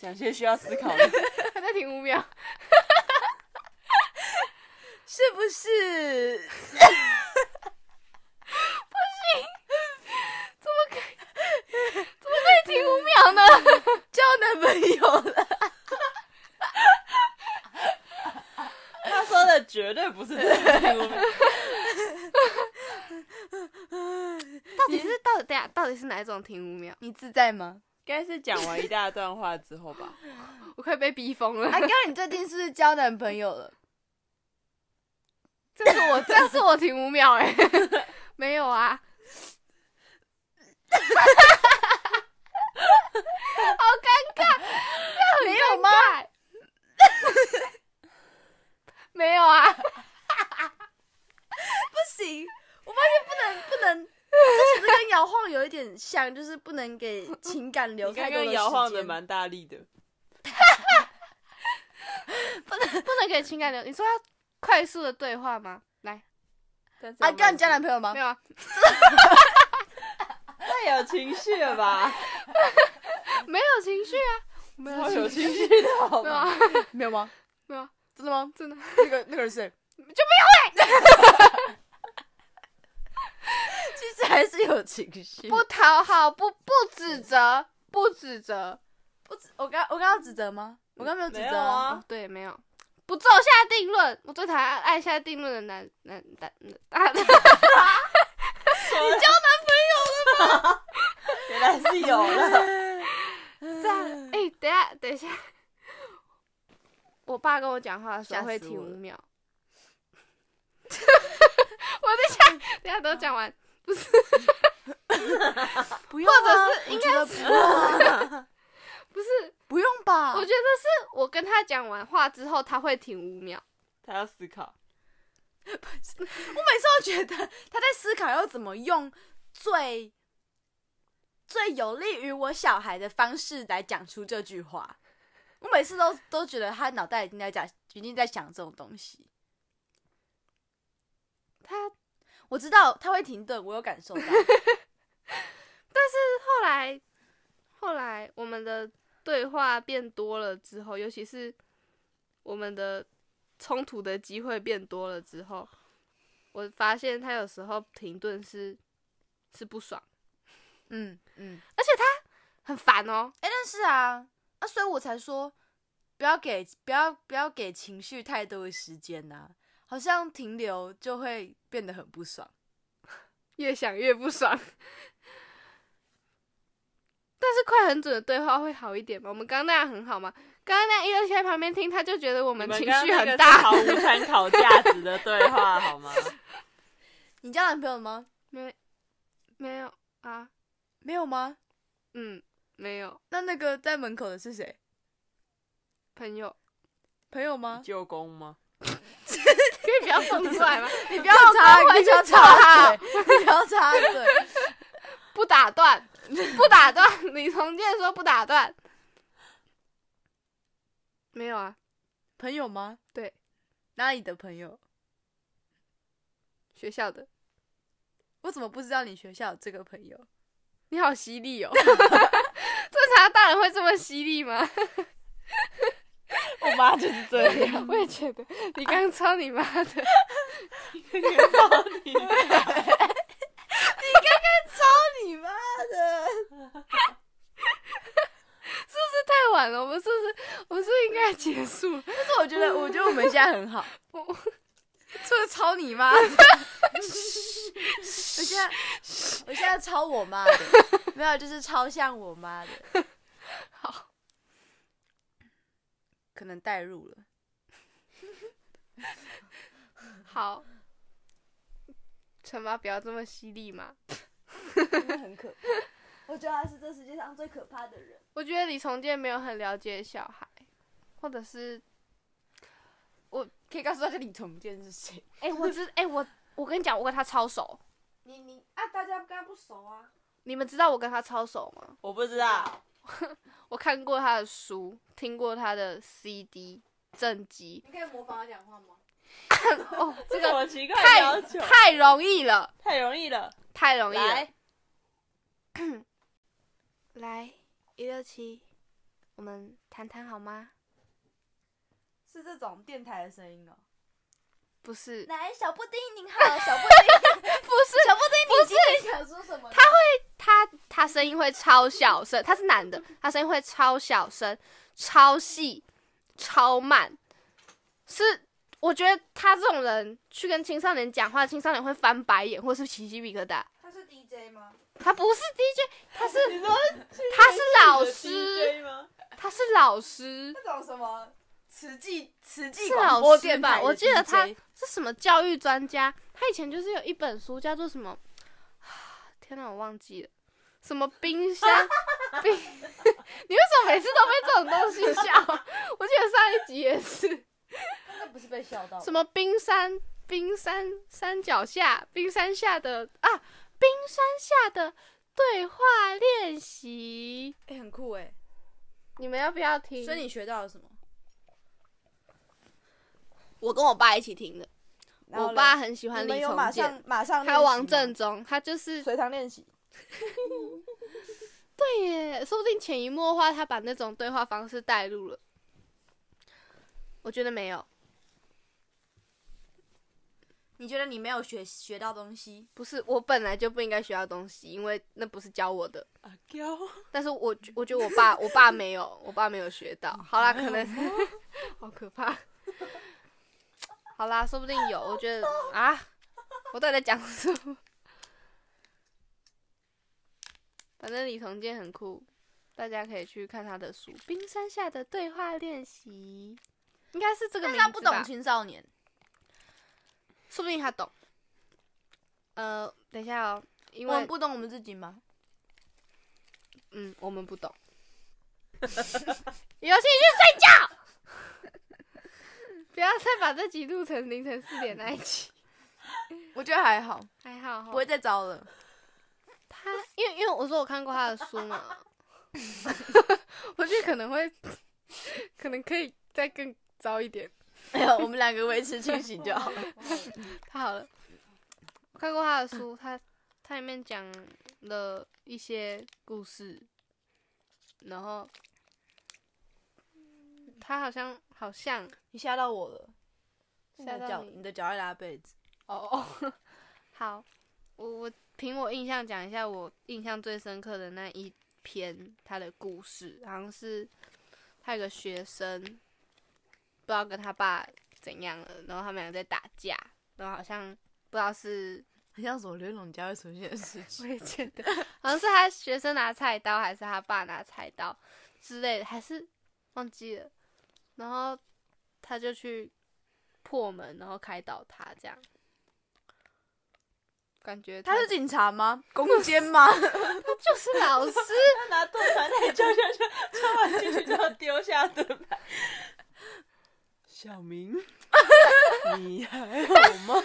Speaker 2: 讲些需要思考的。
Speaker 4: 还在停五秒。
Speaker 1: 是不是？不行，怎么可以？怎么可以停五秒
Speaker 4: *laughs*
Speaker 1: 呢？交男朋友了，
Speaker 2: 他说的绝对不是这个。
Speaker 4: 到底是到底等一下到底是哪一种停五秒？
Speaker 1: *laughs* 你自在吗？
Speaker 2: 应该是讲完一大段话之后吧。
Speaker 4: 我快被逼疯了
Speaker 1: 阿。高，啊你最近是不是交男朋友了？
Speaker 4: 这是我这是我停五秒 *laughs* 哎、没有啊。 *laughs* 好尴尬，欸没有吗？ *laughs* 没有啊，
Speaker 1: 不行，我发现不能不能，这其实跟摇晃有一点像，就是不能给情感留
Speaker 2: 你
Speaker 1: 太
Speaker 2: 刚
Speaker 1: 多的
Speaker 2: 刚
Speaker 1: 时间。啊
Speaker 2: 摇晃的蛮大力的，
Speaker 4: *laughs* 不能给情感流。你说要快速的对话吗？来，
Speaker 2: 但是
Speaker 1: 阿
Speaker 2: 我
Speaker 1: 高，
Speaker 2: 们
Speaker 1: 你交男朋友吗
Speaker 4: 没？有啊，
Speaker 2: 太有情绪了 *laughs* 吧？
Speaker 4: 没有情绪啊，没
Speaker 2: 超
Speaker 4: 有
Speaker 2: 有
Speaker 4: 情绪，
Speaker 2: 情绪的好
Speaker 4: 没
Speaker 2: 吗
Speaker 4: 有？啊，
Speaker 1: 没有吗？
Speaker 4: 没有啊，
Speaker 1: 真的吗？
Speaker 4: 真的。
Speaker 1: 那个那个人是谁？就没有嘞。其实还是有情绪。
Speaker 4: *laughs* 不讨好，不不指责，不指责。
Speaker 1: 我指我刚我刚刚指责吗？我刚没有指
Speaker 2: 没
Speaker 1: 责
Speaker 2: 有啊
Speaker 4: 哦，对，没有，不做下定论。我最讨厌按下定论的男男男啊！
Speaker 2: 原来是有了。
Speaker 4: 这样，
Speaker 1: *laughs*
Speaker 4: 哎、等一下，等一下，我爸跟我讲话的时
Speaker 1: 吓死
Speaker 4: 候会停
Speaker 1: 我
Speaker 4: 五
Speaker 1: 了
Speaker 4: 秒。 *laughs* 我等一下，等一下都讲完，
Speaker 1: 不用啊，
Speaker 4: 或
Speaker 1: 者是应该 *laughs* 不用啊，
Speaker 4: 不是，
Speaker 1: 不用吧
Speaker 4: 我？觉得是我跟他讲完话之后，他会停五秒。
Speaker 2: 他要思考，
Speaker 1: 我每次都觉得他在思考要怎么用最最有利于我小孩的方式来讲出这句话。我每次都都觉得他脑袋已经在讲，已经在想这种东西。
Speaker 4: 他
Speaker 1: 我知道他会停顿，我有感受 *laughs* 到。
Speaker 4: 后来，后来我们的对话变多了之后，尤其是我们的冲突的机会变多了之后，我发现他有时候停顿是是不爽，
Speaker 1: 嗯嗯，
Speaker 4: 而且他很烦哦。
Speaker 1: 哎、但是啊，啊，所以我才说不要给不要不要给情绪太多的时间呐、好像停留就会变得很不爽。
Speaker 4: 越想越不爽。但是快很准的对话会好一点吗？我们刚刚那样很好吗？刚刚那样一而且在旁边听，他就觉得我
Speaker 2: 你
Speaker 4: 们
Speaker 2: 们
Speaker 4: 情
Speaker 2: 刚
Speaker 4: 绪
Speaker 2: 刚那
Speaker 4: 很
Speaker 2: 个
Speaker 4: 大
Speaker 2: 是。毫无参考价值的对话，好吗？
Speaker 1: 你交男朋友了吗？
Speaker 4: 没没有啊，
Speaker 1: 没有吗？
Speaker 4: 嗯，没有
Speaker 1: 那那个在门口的是谁？
Speaker 4: 朋友。
Speaker 1: 朋友吗？
Speaker 2: 舅公吗？
Speaker 4: 可以不要放出来吗？
Speaker 1: 你不要插，
Speaker 4: 我
Speaker 1: 你不要
Speaker 4: 就插
Speaker 1: 插嘴，你不要插嘴。 *laughs*
Speaker 4: 不打断，不打断。李从建说不打断，没有啊，
Speaker 1: 朋友吗？
Speaker 4: 对，
Speaker 1: 哪里的朋友？
Speaker 4: 学校的。
Speaker 1: 我怎么不知道你学校有这个朋友？
Speaker 4: 你好犀 *laughs* 利哦！正常大人会这么犀利吗？
Speaker 2: 我妈就是这样，
Speaker 4: 我也觉得，你刚刚抄你妈的，
Speaker 1: 你妈的！
Speaker 4: 太晚了，我们是不是，我们是不是应该结束了？
Speaker 1: 但是我觉得，我觉得我们现在很 *laughs* 好，
Speaker 4: 我
Speaker 1: 就是抄你 *laughs* 妈的。我现在， *laughs* 我现在抄我妈的，没有，就是超像我妈的。 *laughs*
Speaker 4: 好，
Speaker 1: 可能代入了。
Speaker 4: 好，陈妈不要这么犀利嘛。
Speaker 1: 真的很可怕。我觉得啊他是这世界上最可怕的人。
Speaker 4: 我觉得李重建没有很了解小孩，或者是，
Speaker 1: 我可以告诉大家李重建是谁。
Speaker 4: 哎、我知，哎、我我跟你讲，我跟他超熟，
Speaker 3: 你你啊，大家跟他不熟啊，
Speaker 4: 你们知道我跟他超熟吗？
Speaker 2: 我不知道，
Speaker 4: 我看过他的书，听过他的 CD 正集，
Speaker 3: 你可以模仿他讲话吗？
Speaker 4: 哦，这
Speaker 2: 什
Speaker 4: 个
Speaker 2: 么奇怪的
Speaker 4: 太
Speaker 2: 要求，
Speaker 4: 太容易了，
Speaker 2: 太容易了。
Speaker 4: 太容易了。
Speaker 2: 来，
Speaker 4: 来，一六七，我们谈谈好吗？
Speaker 1: 是这种电台的声音哦。
Speaker 4: 不是，
Speaker 1: 来，小布丁您好，小布 *laughs* 丁，
Speaker 4: 不是，
Speaker 1: 小布丁，你今天想说什么？他
Speaker 4: 他他声音会超小声，他是男的，他声音会超小声、超细、超慢，是我觉得他这种人去跟青少年讲话，青少年会翻白眼或是起鸡皮疙瘩。
Speaker 3: 他是 DJ 吗？
Speaker 4: 他不是 DJ，他是
Speaker 2: 你说
Speaker 4: 他是老
Speaker 2: 你的
Speaker 4: 师，
Speaker 2: DJ 吗？
Speaker 4: 他是老师，
Speaker 1: 那种什么慈济慈济
Speaker 4: 是
Speaker 1: 广
Speaker 4: 老
Speaker 1: 播
Speaker 4: 师
Speaker 1: 电
Speaker 4: 吧？
Speaker 1: 台的
Speaker 4: 我记得他
Speaker 1: DJ
Speaker 4: 是什么教育专家，他以前就是有一本书叫做什么， *sighs* 天哪，我忘记了，什么冰 *laughs* 箱冰，你为什么每次都被这种东西笑？ *laughs* 我记得上一集也是
Speaker 1: 那不是被笑到
Speaker 4: 什么冰山冰山山脚下冰山下的啊冰山下的对话练习，
Speaker 1: 哎、很酷哎、
Speaker 4: 你们要不要听？
Speaker 1: 所以你学到了什么？
Speaker 4: 我跟我爸一起听的，
Speaker 1: 然后
Speaker 4: 我
Speaker 1: 嘞
Speaker 4: 爸很喜欢
Speaker 1: 你
Speaker 4: 李
Speaker 1: 们有
Speaker 4: 重
Speaker 1: 马
Speaker 4: 建，
Speaker 1: 上马上
Speaker 4: 还有王
Speaker 1: 正
Speaker 4: 振中，他就是
Speaker 1: 随堂练习，
Speaker 4: 对耶，说不定潜移默化他把那种对话方式带入了。我觉得没有，
Speaker 1: 你觉得你没有学学到东西？
Speaker 4: 不是我本来就不应该学到东西，因为那不是教我的。
Speaker 2: 阿娇，
Speaker 4: 但是我觉我觉得我爸我爸没有，我爸没有学到。好啦，可能 *laughs* 好可怕。好啦，说不定有。我觉得啊，我到底在讲什么？ *laughs* 反正李同健很酷，大家可以去看他的书《冰山下的对话练习》，应该是这个
Speaker 1: 但
Speaker 4: 名
Speaker 1: 是他
Speaker 4: 字
Speaker 1: 不懂
Speaker 4: 吧
Speaker 1: 青少年，
Speaker 4: 说不定他懂。呃，等一下哦，因
Speaker 1: 我
Speaker 4: 为
Speaker 1: 们不懂我们自己吗？
Speaker 4: 嗯，我们不懂。 *laughs* 有兴趣睡觉， *laughs* 不要再把这集录成凌晨四点那一集。
Speaker 1: 我觉得还好，
Speaker 4: 还好
Speaker 1: 不
Speaker 4: 哈
Speaker 1: 会，再招了。 *laughs*
Speaker 4: 他因为因为我说我看过他的书嘛， *laughs* 我觉得可能会，可能可以再更糟一点。
Speaker 1: 没有，我们两个维持清醒就好。
Speaker 4: 太好了，我看过他的书，他他里面讲了一些故事，然后他好像好像
Speaker 1: *laughs* 你吓到我了，
Speaker 4: 吓
Speaker 1: 你的
Speaker 4: 到
Speaker 1: 脚，
Speaker 4: 你
Speaker 1: 你的脚在拉被子。
Speaker 4: 哦 *laughs* 哦，好，我我凭我印象讲一下我印象最深刻的那一篇他的故事，好像是他有个学生不知道跟他爸怎样了，然后他们俩在打架，然后好像不知道是
Speaker 1: 很像什么刘一龙家会出现的事情。
Speaker 3: *laughs*
Speaker 4: 我也觉得，好像是他学生拿菜刀，还是他爸拿菜刀之类的，还是忘记了。然后他就去破门，然后开导他，这样感觉
Speaker 1: 他是警察 *laughs* 吗？攻坚吗？
Speaker 4: 就是老师， *laughs*
Speaker 2: 他拿盾牌那里敲敲敲，敲完进去之后丢下盾牌。 *laughs* 小 *laughs* 明，你还好吗？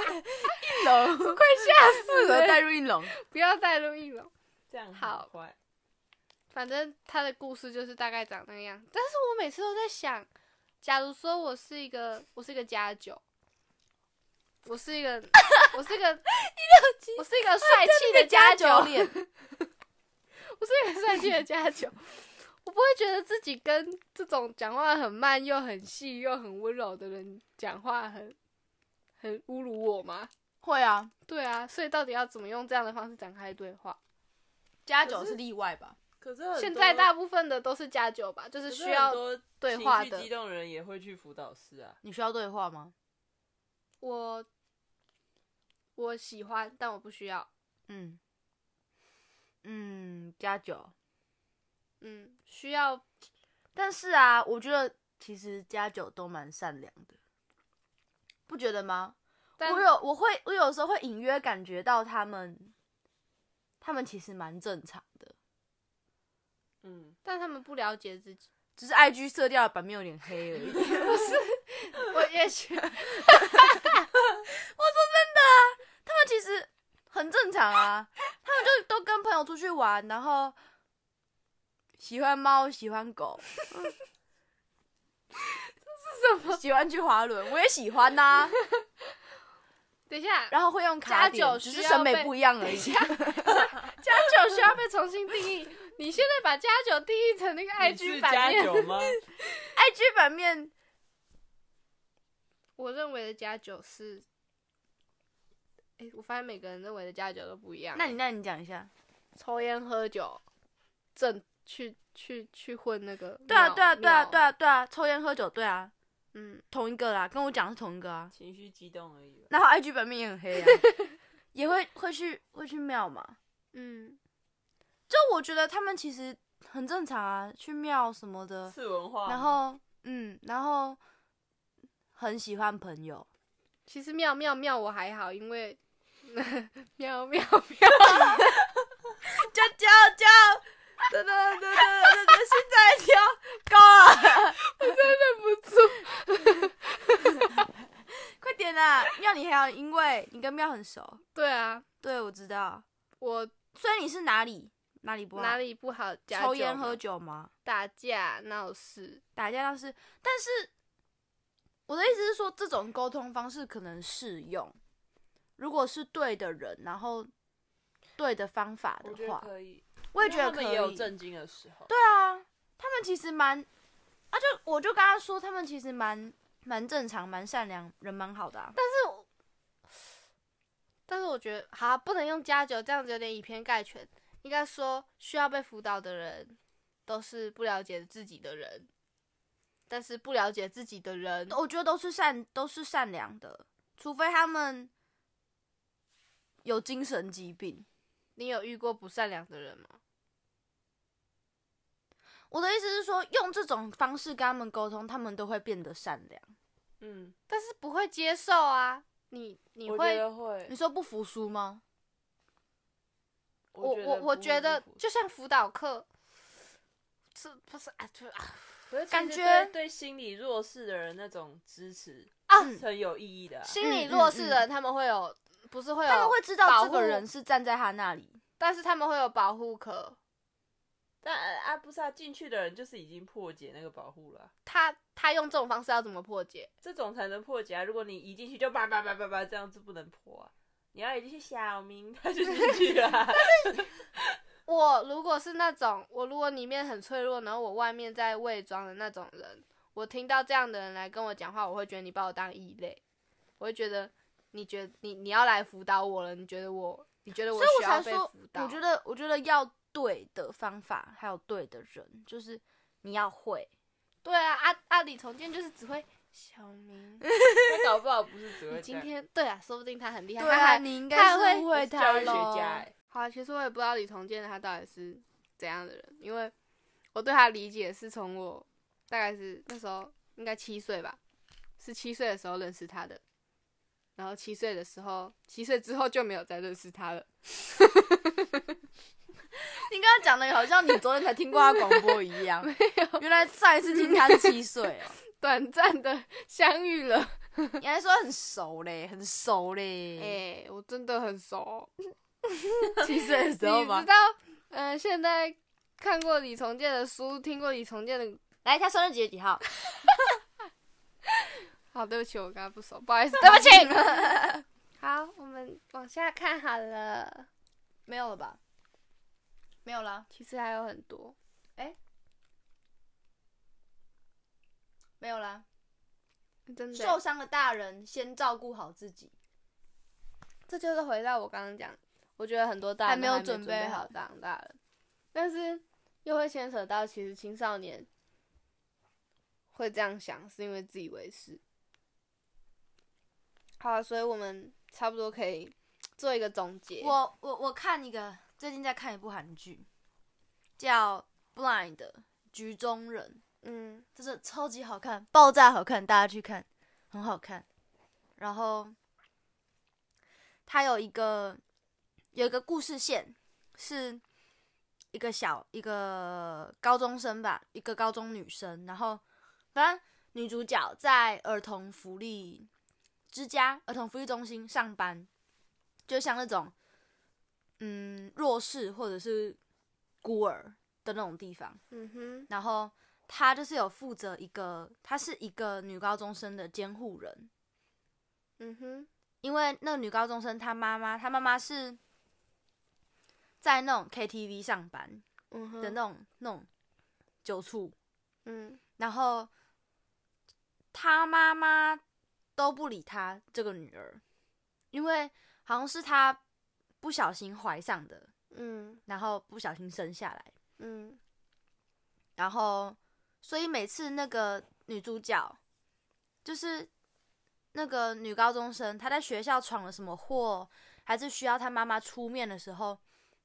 Speaker 1: *laughs* 龙，
Speaker 4: 快吓死
Speaker 1: 适合
Speaker 3: 欸
Speaker 4: 了！
Speaker 1: 带入一龙。
Speaker 4: 不要再录音了。
Speaker 2: 这样很
Speaker 4: 好
Speaker 2: 坏，
Speaker 4: 反正他的故事就是大概长那个样。但是我每次都在想，假如说我是一个，我是一个家酒，我是一个，我是
Speaker 1: *laughs*
Speaker 4: 一个，我是一个帅气的家酒，
Speaker 3: 九
Speaker 1: *laughs*
Speaker 3: 脸，
Speaker 4: 我是一个帅气的家酒， *laughs* 我不会觉得自己跟这种讲话很慢又很细又很温柔的人讲话很很侮辱我吗？
Speaker 3: 会啊，
Speaker 4: 对啊，所以到底要怎么用这样的方式展开对话？
Speaker 3: 加九是例外吧？
Speaker 2: 可是很多
Speaker 4: 现在大部分的都是家酒吧，就
Speaker 2: 可
Speaker 4: 是
Speaker 2: 是
Speaker 4: 需要
Speaker 2: 很多
Speaker 4: 对话
Speaker 2: 情绪
Speaker 4: 的
Speaker 2: 激动人也会去辅导室啊。
Speaker 3: 你需要对话吗？
Speaker 4: 我我喜欢，但我不需要。
Speaker 3: 嗯嗯，加九。
Speaker 4: 嗯，需要
Speaker 3: 但是啊，我觉得其实加九都蛮善良的，不觉得吗？
Speaker 4: 但
Speaker 3: 我有我会我有时候会隐约感觉到他们，他们其实蛮正常的，
Speaker 2: 嗯，
Speaker 4: 但他们不了解自己。
Speaker 3: 只是 I G 色调的版面有点黑而已。
Speaker 4: 我也喜
Speaker 2: *laughs*
Speaker 4: 欢，
Speaker 3: 他们 *laughs* 其实很正常啊，他们就都跟朋友出去玩，然后喜欢猫，喜欢狗， *laughs* 这是什么？喜欢去滑轮，我也喜欢呐、
Speaker 4: 等一下，
Speaker 3: 然后会用卡
Speaker 4: 加酒
Speaker 3: 点，只
Speaker 4: 需
Speaker 3: 是
Speaker 4: 要
Speaker 3: 审美
Speaker 4: 被
Speaker 3: 不一样
Speaker 4: *laughs*
Speaker 3: 而已。
Speaker 4: 家酒需要被重新定义。你现在把家酒定义成那个
Speaker 2: 你是
Speaker 4: IG 版
Speaker 2: 加
Speaker 4: 面，
Speaker 2: 九吗？
Speaker 3: I G 版面
Speaker 4: 我认为的家酒是，哎、我发现每个人认为的家酒都不一样。
Speaker 3: 那你那你讲一下。
Speaker 4: 抽烟喝酒，正去去去混那个？
Speaker 3: 对啊，对啊，对啊，对
Speaker 4: 啊，
Speaker 3: 啊，对啊，抽烟喝酒，对啊，
Speaker 4: 嗯，
Speaker 3: 同一个啦，跟我讲的是同一个啊。
Speaker 2: *laughs* 情绪激动而已吧。
Speaker 3: 然后 IG 版面也很 *laughs* 黑啊，也会会去会去庙嘛。
Speaker 4: 嗯，
Speaker 3: 就我觉得他们其实很正常啊，去庙什么的。
Speaker 2: 次文化吗，
Speaker 3: 然后嗯，然后很喜欢朋友，
Speaker 4: 其实妙妙妙我还好，因
Speaker 3: *laughs*
Speaker 4: 为妙妙
Speaker 3: 叫叫叫，噔噔噔噔噔噔，现在跳够了，
Speaker 4: 不住。
Speaker 3: *laughs* 快点啦！妙你还好，因为你跟妙很熟。
Speaker 4: *laughs* 对啊，
Speaker 3: 对，我知道。
Speaker 4: 我
Speaker 3: 所以你是哪里哪里不好？
Speaker 4: 哪里不好？家
Speaker 3: 抽
Speaker 4: 酒
Speaker 3: 烟
Speaker 4: 嘛
Speaker 3: 喝、酒吗？
Speaker 4: 打架、闹事，
Speaker 3: 打架倒是，但是我的意思是说，这种沟通方式可能适用，如果是对的人，然后对的方法
Speaker 2: 我
Speaker 3: 的
Speaker 2: 觉得
Speaker 3: 话，
Speaker 2: 可以，
Speaker 3: 我也
Speaker 2: 因
Speaker 3: 觉
Speaker 2: 为
Speaker 3: 得
Speaker 2: 他
Speaker 3: 可
Speaker 2: 们也有
Speaker 3: 以。
Speaker 2: 震惊的时候。
Speaker 3: 对啊，他们其实蛮啊，就我就跟他说，他们其实蛮蛮正常、蛮善良，人蛮好的、啊。但
Speaker 4: 但是我觉得，好啊、不能用加酒，这样子有点以偏概全。应该说，需要被辅导的人都是不了解自己的人，但是不了解自己的人，
Speaker 3: 我觉得都是善，都是善良的，除非他们有精神疾病。
Speaker 4: 你有遇过不善良的人吗？
Speaker 3: 我的意思是说，用这种方式跟他们沟通，他们都会变得善良。
Speaker 2: 嗯，
Speaker 4: 但是不会接受啊，你你
Speaker 2: 我觉
Speaker 4: 会，
Speaker 2: 得会
Speaker 3: 你。说不服输吗？
Speaker 4: 我我我觉得，就像辅导课，是不是啊？就啊
Speaker 3: 感
Speaker 2: 感觉
Speaker 3: 觉
Speaker 2: 对对心理弱势的人那种支持
Speaker 4: 啊
Speaker 2: 是很有意义的啊。
Speaker 4: 心理
Speaker 3: 嗯
Speaker 4: 弱
Speaker 3: 嗯
Speaker 4: 势
Speaker 3: 嗯
Speaker 4: 人，他们会有，不是会有，
Speaker 3: 他们会知道
Speaker 4: 保
Speaker 3: 这个
Speaker 4: 护
Speaker 3: 人是站在他那里。
Speaker 4: 但是他们会有保护壳，
Speaker 2: 但啊啊不是啊，进去的人就是已经破解那个保护了啊、
Speaker 4: 他他用这种方式要怎么破解？
Speaker 2: 这种才能破解啊。如果你一进去就叭叭叭叭叭，这样子不能破啊。你要一进去小明他就进去了 *laughs* 啊、
Speaker 4: 我如果是那种，我如果里面很脆弱，然后我外面在伪装的那种人，我听到这样的人来跟我讲话，我会觉得你把我当异类，我会觉得你觉你你要来辅导我了，你觉得我你觉得
Speaker 3: 所以我
Speaker 4: 需
Speaker 3: 才
Speaker 4: 要被
Speaker 3: 说
Speaker 4: 辅，导？
Speaker 3: 我觉得，我觉得要对的方法，还有对的人，就是你要会。
Speaker 4: 对啊，阿、啊、阿、李重建就是只会小明，
Speaker 2: 他搞不好不是只
Speaker 4: 你
Speaker 2: 会
Speaker 4: 今
Speaker 2: 这样
Speaker 4: 天对啊，说不定他很厉害，
Speaker 3: 对
Speaker 4: 他
Speaker 3: 啊，
Speaker 4: 还
Speaker 3: 你应
Speaker 4: 他
Speaker 3: 该
Speaker 4: 还
Speaker 3: 是
Speaker 4: 会
Speaker 3: 误会
Speaker 2: 教
Speaker 3: 他
Speaker 2: 育学
Speaker 3: 咯
Speaker 2: 家、
Speaker 3: *laughs*
Speaker 2: 欸。
Speaker 4: 好、啊，其实我也不知道李重建他到底是怎样的人，因为我对他的理解是从我大概是那时候应该七岁吧，是七岁的时候认识他的，然后七岁的时候，七岁之后就没有再认识他了。
Speaker 3: 你刚刚讲的好像你昨天才听过他 *laughs* 广播一样。原来上一次听他是七岁哦，
Speaker 4: 短暂的相遇了，
Speaker 3: 你还说很熟嘞，很熟嘞。
Speaker 4: 哎、我真的很熟，
Speaker 3: 七岁的
Speaker 4: 哎你
Speaker 3: 时候
Speaker 4: 知
Speaker 3: 吗？
Speaker 4: 道？呃，现在看过李重建的书，听过李重建的。来，他生日几月几号？好，对不起，我跟他不熟，不好意思，对不
Speaker 3: *laughs*
Speaker 4: 起。好，我们往下看好了。
Speaker 3: 没有了吧？没有啦，
Speaker 4: 其实还有很多，
Speaker 3: 没有啦。
Speaker 4: 真的
Speaker 3: 受伤的大人先照顾好自己。
Speaker 4: 这就是回到我刚刚讲，我觉得很多大人
Speaker 3: 还没有
Speaker 4: 都准
Speaker 3: 准备好
Speaker 4: 好长大了，但是又会牵扯到其实青少年会这样想，是因为自以为是。好啊，所以我们差不多可以做一个总结。
Speaker 3: 我我我看一个，最近在看一部韩剧，叫《Blind》局中人，
Speaker 4: 嗯，
Speaker 3: 真的超级好看，爆炸好看，大家去看，很好看。然后它有一个有一个故事线，是一个小一个高中生吧，一个高中女生，然后反正女主角在儿童福利之家儿童福利中心上班，就像那种嗯弱势或者是孤儿的那种地方。
Speaker 4: 嗯哼，
Speaker 3: 然后她就是有负责一个，她是一个女高中生的监护人，
Speaker 4: 嗯哼，
Speaker 3: 因为那个女高中生她妈妈，她妈妈是在那种 KTV 上班
Speaker 4: 嗯
Speaker 3: 的
Speaker 4: 哼，
Speaker 3: 那种那种酒醋，
Speaker 4: 嗯
Speaker 3: 然后她妈妈都不理她这个女儿，因为好像是她不小心怀上的，
Speaker 4: 嗯
Speaker 3: 然后不小心生下来。
Speaker 4: 嗯
Speaker 3: 然后，所以每次那个女主角，就是那个女高中生，她在学校闯了什么祸，还是需要她妈妈出面的时候，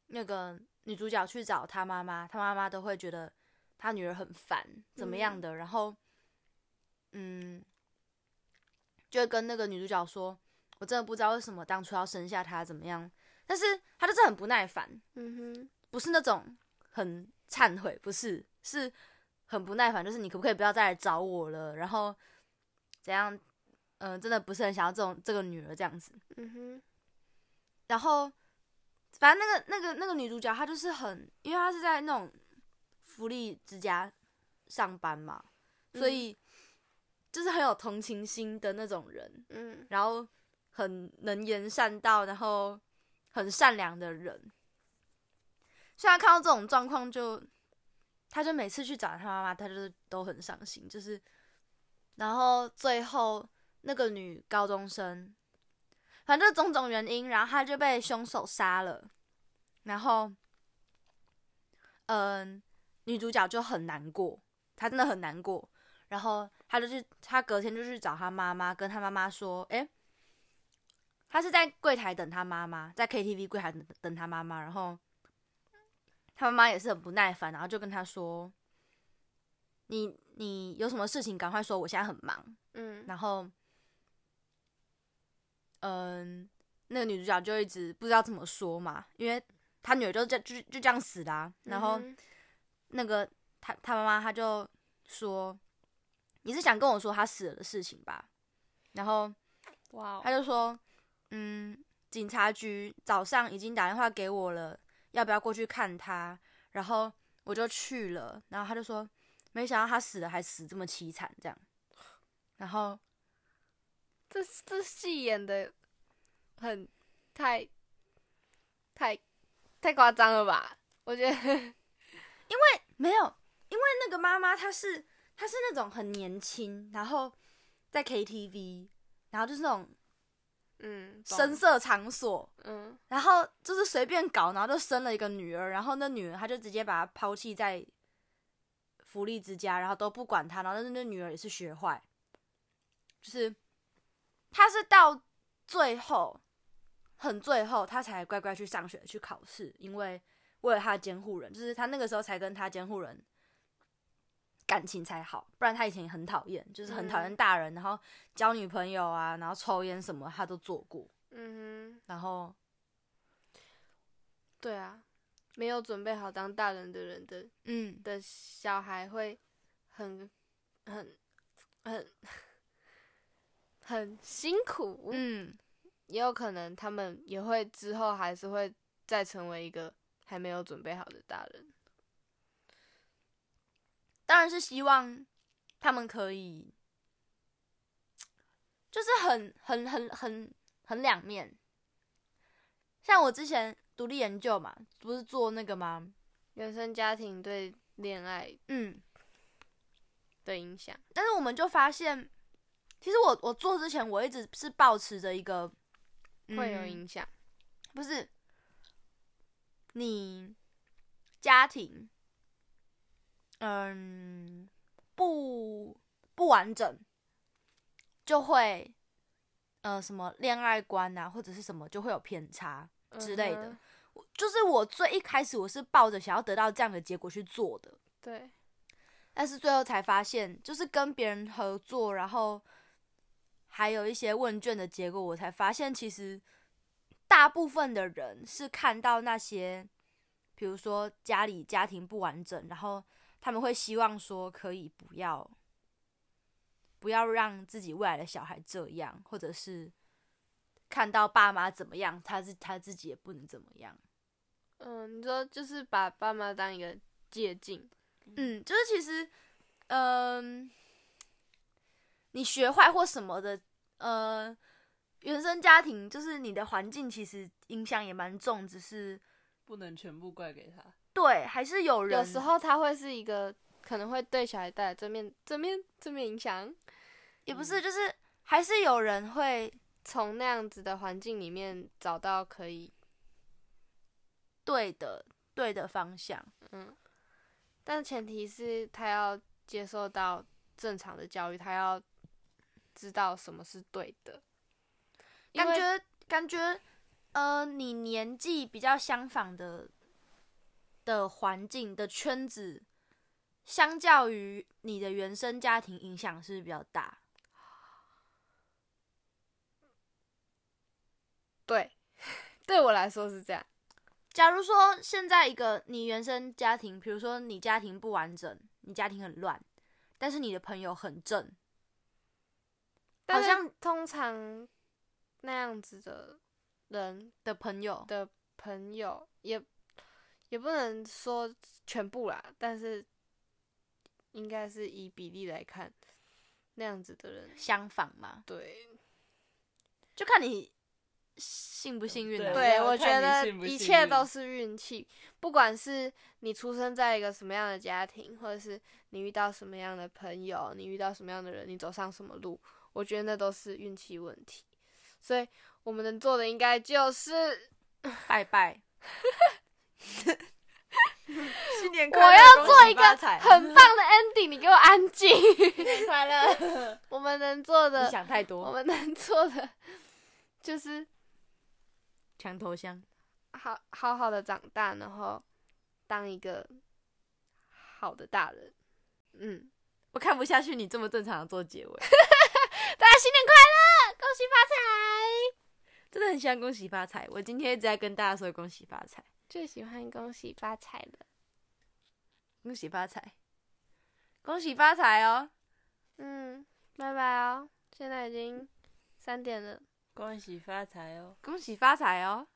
Speaker 3: 那个女主角去找她妈妈，她妈妈都会觉得她女儿很烦，怎么样的，然后，嗯，就会跟那个女主角说，我真的不知道为什么当初要生下她，怎么样，但是她就是很不耐烦，
Speaker 4: 嗯哼，
Speaker 3: 不是那种很忏悔，不是，是很不耐烦，就是你可不可以不要再来找我了？然后怎样？嗯、真的不是很想要这种这个女儿这样子。
Speaker 4: 嗯哼，
Speaker 3: 然后，反正那个那个那个女主角她就是很，因为她是在那种福利之家上班嘛，所以就是很有同情心的那种人。
Speaker 4: 嗯
Speaker 3: 然后很能言善道，然后很善良的人。虽然看到这种状况就，他就每次去找他妈妈，他就是都很伤心，就是，然后最后那个女高中生，反正种种原因，然后他就被凶手杀了，然后，嗯，女主角就很难过，她真的很难过，然后他就去，他隔天就去找他妈妈，跟他妈妈说，诶，他是在柜台等他妈妈，在 KTV 柜台等等他妈妈，然后他妈妈也是很不耐烦，然后就跟他说，你你有什么事情赶快说，我现在很忙。
Speaker 4: 嗯
Speaker 3: 然后，嗯，那个女主角就一直不知道怎么说嘛，因为她女儿就这就就这样死啦、然后。
Speaker 4: 嗯
Speaker 3: 那个他他妈妈他就说：“你是想跟我说他死了的事情吧？”然后
Speaker 4: 哼哇哦
Speaker 3: 他，就说：“嗯，警察局早上已经打电话给我了，要不要过去看他？”然后我就去了，然后他就说：“没想到他死了还死这么凄惨，这样。”然后
Speaker 4: 这这戏演的很太太太夸张了吧？我觉得，
Speaker 3: 没有，因为那个妈妈她是她是那种很年轻，然后在 KTV，然后就是那种
Speaker 4: *laughs* 嗯，
Speaker 3: 深色场所，
Speaker 4: 嗯
Speaker 3: 然后就是随便搞，然后就生了一个女儿，然后那女儿她就直接把她抛弃在福利之家，然后都不管她，然后那女儿也是学坏，就是她是到最后很最后她才乖乖去上学去考试，因为为了她的监护人，就是她那个时候才跟她监护人感情才好，不然她以前也很讨厌，就是很讨厌
Speaker 4: 嗯
Speaker 3: 大人，然后交女朋友啊，然后抽烟什么她都做过，
Speaker 4: 嗯哼，
Speaker 3: 然后。
Speaker 4: 对啊，没有准备好当大人的人的
Speaker 3: 嗯，
Speaker 4: 的小孩会很很很很辛苦，
Speaker 3: 嗯，
Speaker 4: 也有可能他们也会之后还是会再成为一个还没有准备好的大人。
Speaker 3: 当然是希望他们可以，就是很很很很很两面。像我之前独立研究嘛，不是做那个吗？
Speaker 4: 原生家庭对恋爱
Speaker 3: 嗯，
Speaker 4: 的影响，
Speaker 3: 但是我们就发现，其实我我做之前，我一直是保持着一个、
Speaker 4: 会有
Speaker 3: 嗯
Speaker 4: 影响。
Speaker 3: 不是你家庭，嗯，不不完整，就会呃什么恋爱观啊，或者是什么就会有偏差之类的。
Speaker 4: 嗯哼
Speaker 3: 我就是我最一开始我是抱着想要得到这样的结果去做的，
Speaker 4: 对，
Speaker 3: 但是最后才发现，就是跟别人合作，然后还有一些问卷的结果，我才发现其实大部分的人是看到那些，比如说家里家庭不完整，然后他们会希望说可以不要不要让自己未来的小孩这样，或者是看到爸妈怎么样，他自他自己也不能怎么样。
Speaker 4: 嗯，你说就是把爸妈当一个借镜，
Speaker 3: 嗯，就是其实，嗯、你学坏或什么的，呃，原生家庭就是你的环境，其实影响也蛮重，只是
Speaker 2: 不能全部怪给 *laughs* 他。
Speaker 3: 对，还是有人
Speaker 4: 有时候他会是一个可能会对小孩带来正面、正面、正面影响。
Speaker 3: 也不是，就是还是有人会
Speaker 4: 从那样子的环境里面找到可以，
Speaker 3: 对的对的方向，
Speaker 4: 嗯，但前提是他要接受到正常的教育，他要知道什么是对的。因
Speaker 3: 感
Speaker 4: 为
Speaker 3: 觉感觉，呃，你年纪比较相仿的的环境的圈子，相较于你的原生家庭影响是比较大。
Speaker 4: 对， *laughs* 对我来说是这样。
Speaker 3: 假如说现在一个你原生家庭，比如说你家庭不完整，你家庭很乱，但是你的朋友很正，
Speaker 4: 但
Speaker 3: 好
Speaker 4: 是
Speaker 3: 像
Speaker 4: 通常那样子的人
Speaker 3: 的朋友，
Speaker 4: 的朋友也也不能说全部啦，但是应该是以比例来看，那样子的人
Speaker 3: 相反嘛，
Speaker 4: 对
Speaker 2: 嗯
Speaker 3: 就看你幸不幸运啊了、
Speaker 2: 对
Speaker 4: 对，
Speaker 2: 要
Speaker 4: 我觉
Speaker 2: 看你
Speaker 4: 得
Speaker 2: 幸不
Speaker 4: 一
Speaker 2: 幸
Speaker 4: 切
Speaker 2: 运
Speaker 4: 都是运气，不管是你出生在一个什么样的家庭，或者是你遇到什么样的朋友，你遇到什么样的人，你走上什么路，我觉得那都是运气问题。所以我们能做的应该就是
Speaker 3: 拜拜。新 *laughs* 年
Speaker 4: 我要做一个
Speaker 2: *laughs*
Speaker 3: 很
Speaker 4: 很棒的 ending，你给我安静。 *laughs*
Speaker 3: 快乐。
Speaker 4: 我们能做
Speaker 3: 你
Speaker 4: 的，
Speaker 3: 想太
Speaker 4: 我
Speaker 3: 多，
Speaker 4: 们能做的 *laughs* 就是
Speaker 3: 墙头香。
Speaker 4: 好好好的长大，然后当一个好的大人。嗯，
Speaker 3: 我看不下去你这么正常的做结尾，
Speaker 4: *laughs* 大家新年快乐，恭喜发财！
Speaker 3: 真的很喜欢恭喜发财。我今天一直在跟大家说恭喜发财，
Speaker 4: 最喜欢恭喜发财了。
Speaker 3: 恭喜发财，恭喜发财哦。
Speaker 4: 嗯，拜拜哦，现在已经三点了。
Speaker 2: 恭喜发财哦！
Speaker 3: 恭喜发财哦！